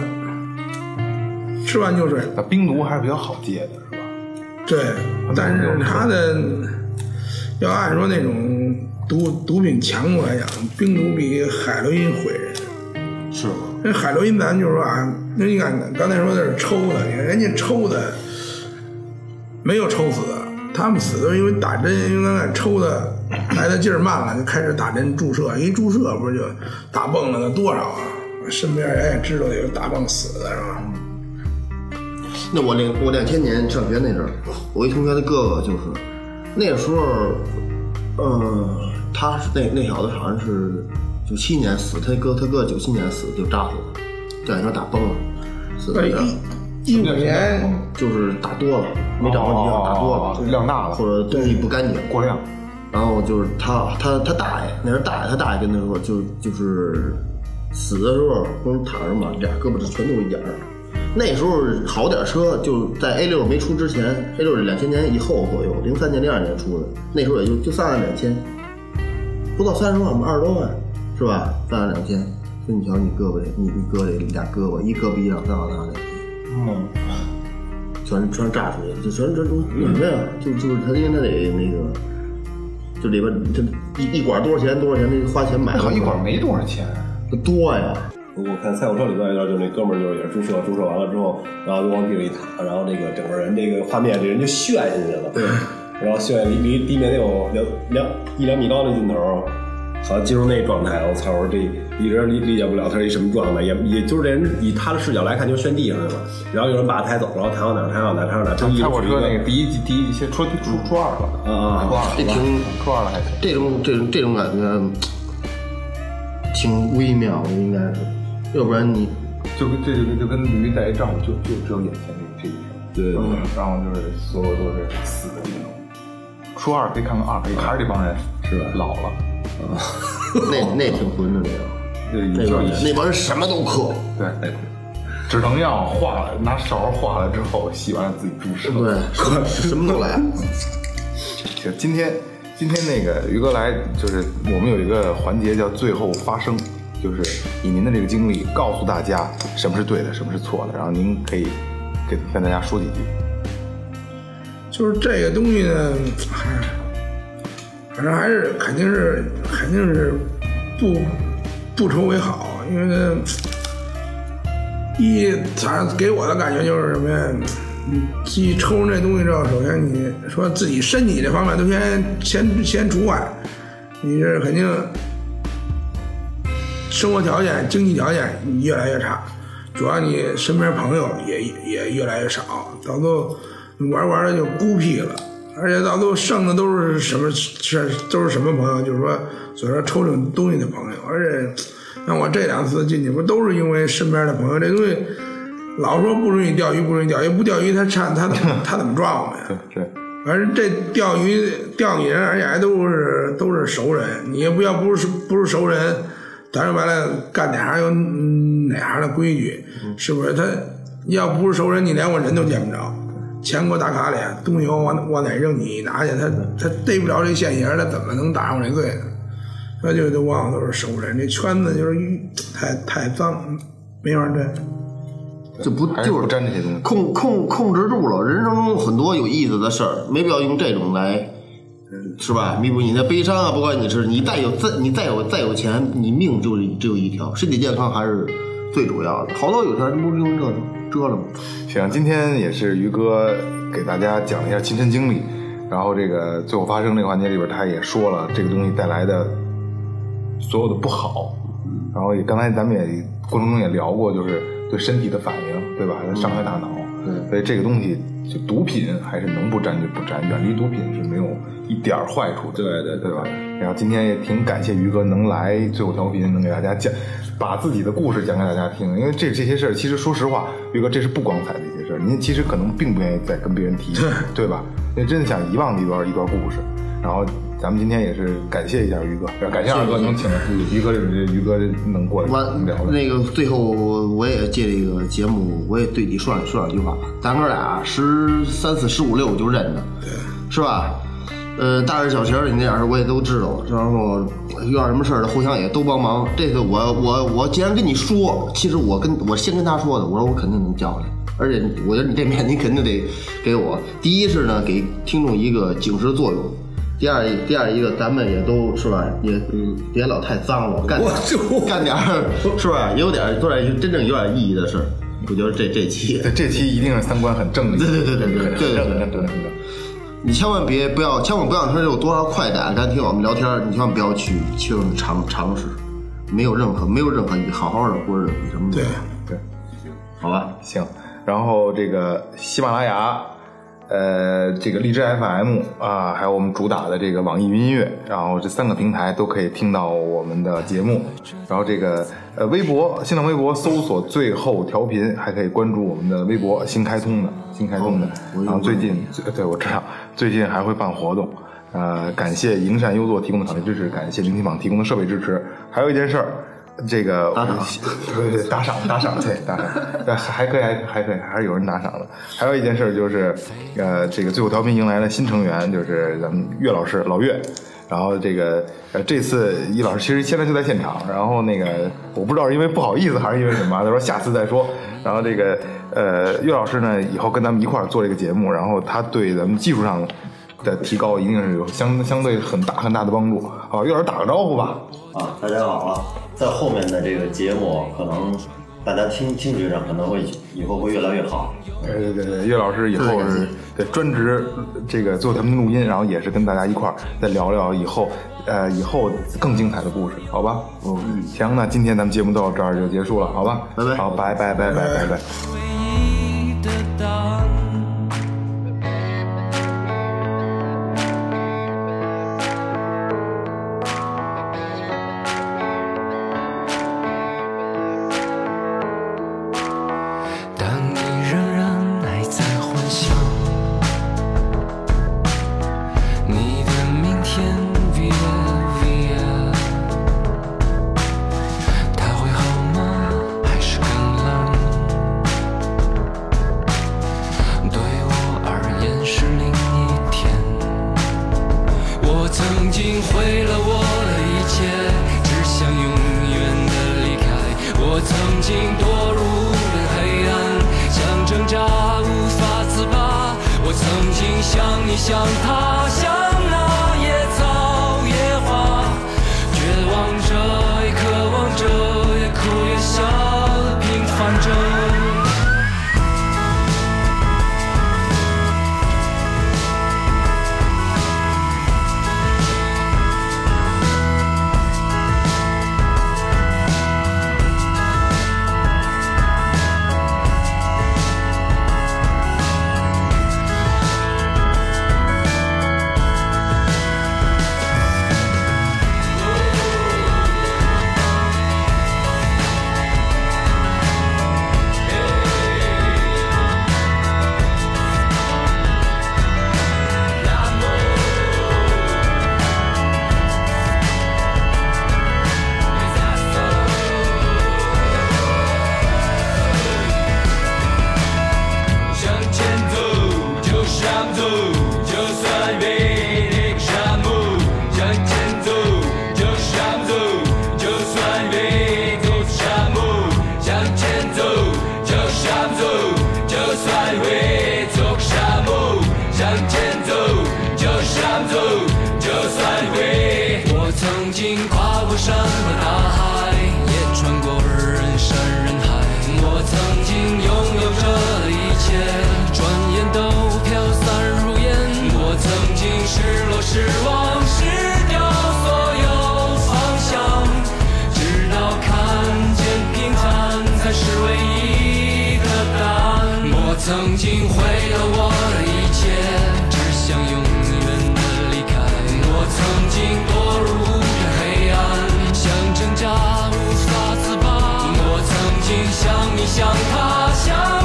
Speaker 6: 吃完就睡。
Speaker 3: 那冰毒还是比较好戒的，是吧？
Speaker 6: 对，但是他的要按说那种毒毒品强度来讲，冰毒比海洛因毁人。
Speaker 4: 是吗？
Speaker 6: 那海洛因咱就是说啊，那你看刚才说的是抽的，人家抽的没有抽死，他们死都是因为打针，因为刚才抽的来的劲儿慢了，就开始打针注射，一注射不是就打蹦了那多少啊？身边人也知道有打蹦死的是吧？
Speaker 4: 那我两我两千年上学那阵儿，我一同学的哥哥就是，那时候，呃，他是那那小子好像是九七年死，他哥他哥九七年死就扎死了，这两天打崩了，死
Speaker 6: 对
Speaker 4: 的，
Speaker 6: 一五年
Speaker 4: 就是打多了，没掌握体量，啊打多了，
Speaker 3: 哦量大了
Speaker 4: 或者东西不干净，
Speaker 3: 过量。
Speaker 4: 然后就是他他他大爷，那是大爷，他大爷跟他说，就就是死的时候不是躺着嘛，俩胳膊这全都一眼儿。那时候好点车，就在 A 六没出之前，A 六是两千年以后左右，零三年、零二年出的，那时候也就就三万两千，不到三十万吧，二十多万是吧？三万两千，就你瞧你胳膊这，你你胳膊这俩胳膊，一胳膊一两，三万两千。
Speaker 3: 嗯，
Speaker 4: 全全炸出去，就全全都
Speaker 3: 嗯
Speaker 4: 什么呀？啊就就是他，因为他得那个，就里边他一一管多少钱多少钱，那花钱买
Speaker 3: 那好
Speaker 4: 的
Speaker 3: 一管没多少钱，
Speaker 4: 嗯多呀。
Speaker 5: 我看《菜火车》里边有一段，就是那哥们儿就是也是注射，注射完了之后，然后就往地上一躺，然后那个整个人这个画面，这人就陷下去了。对，然后陷下去离离地面得有两两一两米高那尽头，好像进入那状态，我操！我说这一直理理解不了他是一什么状态，也也就是这人以他的视角来看就炫地上去了，然后有人把他抬走，然后抬到哪儿抬到哪儿抬到哪儿，就一直
Speaker 3: 开火车那
Speaker 5: 举
Speaker 3: 个第一季第一季先初初初二了，
Speaker 5: 啊啊
Speaker 3: 初
Speaker 5: 啊！
Speaker 3: 二了
Speaker 4: 这挺
Speaker 3: 初二了还行。
Speaker 4: 这种这种这种感觉嗯挺微妙的，应该是，要 不然你
Speaker 3: 就跟这就跟就跟驴逮仗，就就只有眼前这这一生。
Speaker 5: 对对对
Speaker 3: 嗯，然后就是所有都是死的那种。初二可以看看二，还是这帮人
Speaker 5: 是吧
Speaker 3: 老了，
Speaker 4: 那那挺混的那
Speaker 3: 就已
Speaker 4: 个，那
Speaker 3: 经就
Speaker 4: 帮
Speaker 3: 已
Speaker 4: 人那帮人什么都克，
Speaker 3: 对那种止疼药化了，拿勺化了之后洗完了自己注射。
Speaker 4: 对，什么 都来。
Speaker 3: 行，今天今天那个于哥来，就是我们有一个环节叫最后发声，就是以您的这个经历告诉大家什么是对的，什么是错的，然后您可以跟跟大家说几句。
Speaker 6: 就是这个东西呢，唉反正还是肯定是肯定是不不愁为好，因为呢一反正给我的感觉就是什么呀？你一抽中这东西之后，首先你说自己身体这方面都先先先除外，你是肯定生活条件、经济条件你越来越差，主要你身边朋友也也越来越少，到最后你玩玩的就孤僻了，而且到最后剩的都是什么是都是什么朋友，就是说所说抽这种东西的朋友，而且像我这两次进去不都是因为身边的朋友，这东西老说不准许钓鱼，不准许钓鱼，不钓鱼他差他怎么他怎么抓我们呀？
Speaker 3: 对，
Speaker 6: 反正这钓鱼钓你人，而且还都是都是熟人，你也不要不是不是熟人，咱说白了，干哪行有嗯哪行的规矩，是不是？他要不是熟人，你连我人都见不着，钱给我打卡里，啊东西往往往哪扔你拿去，他他逮不着这现行，他怎么能打上我这罪呢？那就都往往都是熟人，这圈子就是太太脏，没法儿这。
Speaker 4: 就不
Speaker 3: 还
Speaker 4: 就是
Speaker 3: 不沾这些东西。
Speaker 4: 控控控制住了。人生中有很多有意思的事儿，没必要用这种来，呃是吧？弥补你的悲伤啊！不管你是你再有再你再有再有钱，你命就只有一条，身体健康还是最主要的。好多有钱人不是用这个折了吗？
Speaker 3: 行，啊今天也是于哥给大家讲了一下亲身经历，然后这个最后发生这个环节里边，他也说了这个东西带来的所有的不好，然后也刚才咱们也过程中也聊过，就是对身体的反应，对吧？伤害大脑，
Speaker 5: 嗯
Speaker 4: 对
Speaker 3: 所以这个东西就毒品还是能不沾就不沾，远离毒品是没有一点儿坏处的，
Speaker 5: 对对
Speaker 3: 对吧？然后今天也挺感谢于哥能来最后调频，能给大家讲，把自己的故事讲给大家听。因为这这些事儿，其实说实话，于哥这是不光彩的一些事儿，您其实可能并不愿意再跟别人提， 对吧？因为真的想遗忘的一段一段故事。然后咱们今天也是感谢一下于哥，感谢二哥能请于哥，于哥能过来
Speaker 4: 完
Speaker 3: 聊聊。
Speaker 4: 那个最后我也借这个节目，我也对你说两说两句话。咱哥俩十三四、十五六就认得，是吧？呃，大事小情儿你那点事儿我也都知道，然后遇到什么事儿互相也都帮忙。这次我我我既然跟你说，其实我跟我先跟他说的，我说我肯定能叫来，而且我觉得你这面你肯定得给我。第一是呢，给听众一个警示作用。第二，第二一个，咱们也都是吧，也嗯，别老太脏了，干点
Speaker 5: 我
Speaker 4: 干点儿是吧？有点儿有点儿真正有点意义的事儿，我觉得这这期
Speaker 3: 对，这期一定是三观很正的，
Speaker 4: 对对对对对
Speaker 3: 很
Speaker 4: 对
Speaker 3: 正
Speaker 4: 对
Speaker 3: 很正很正。
Speaker 4: 你千万别不要，千万不要他有多少快感，刚听我们聊天儿，你千万不要去去尝尝试，没有任何没有任何意义，好好的过日子什么的，
Speaker 6: 对
Speaker 3: 对，
Speaker 4: 好吧？
Speaker 3: 行，然后这个喜马拉雅，呃，这个荔枝 FM 啊，还有我们主打的这个网易云音乐，然后这三个平台都可以听到我们的节目。然后这个呃，微博新浪微博搜索“最后调频”，还可以关注我们的微博新开通的新开通的。
Speaker 4: 哦我有
Speaker 3: 然后最近最对我知道最近还会办活动。呃，感谢营善优作提供的场地支持，感谢聆听网提供的设备支持。还有一件事儿，这个
Speaker 4: 打赏
Speaker 3: 对对对，打赏打赏对打赏，对还还可以还还可以，还是有人打赏的。还有一件事就是，呃，这个最后调频迎来了新成员，就是咱们岳老师老岳。然后这个呃，这次易老师其实现在就在现场，然后那个我不知道是因为不好意思还是因为什么，他说下次再说。然后这个呃，岳老师呢以后跟咱们一块儿做这个节目，然后他对咱们技术上的提高一定是有相相对很大很大的帮助。好，岳老师打个招呼吧。
Speaker 7: 啊，大家好啊！在后面的这个节目，可能大家听听觉上可能会以后会越来越好。
Speaker 3: 对对对对，岳老师以后是对专职这个做他们录音，然后也是跟大家一块儿再聊聊以后呃以后更精彩的故事，好吧？嗯，行，那今天咱们节目到这儿就结束了，好吧？
Speaker 4: 拜拜
Speaker 3: 好，拜拜拜拜拜拜。
Speaker 8: 回忆的档，当你仍然还在幻想，你的明天，Via Via，它会好吗？还是更冷？对我而言是另一天。我曾经毁了我的一切，只想永远的离开。我曾经堕入无边黑暗，想挣扎无法自拔。我曾经像你，像他，像那野草野花，绝望着，也渴望着，也哭也笑，平凡着。当想你，想他，想。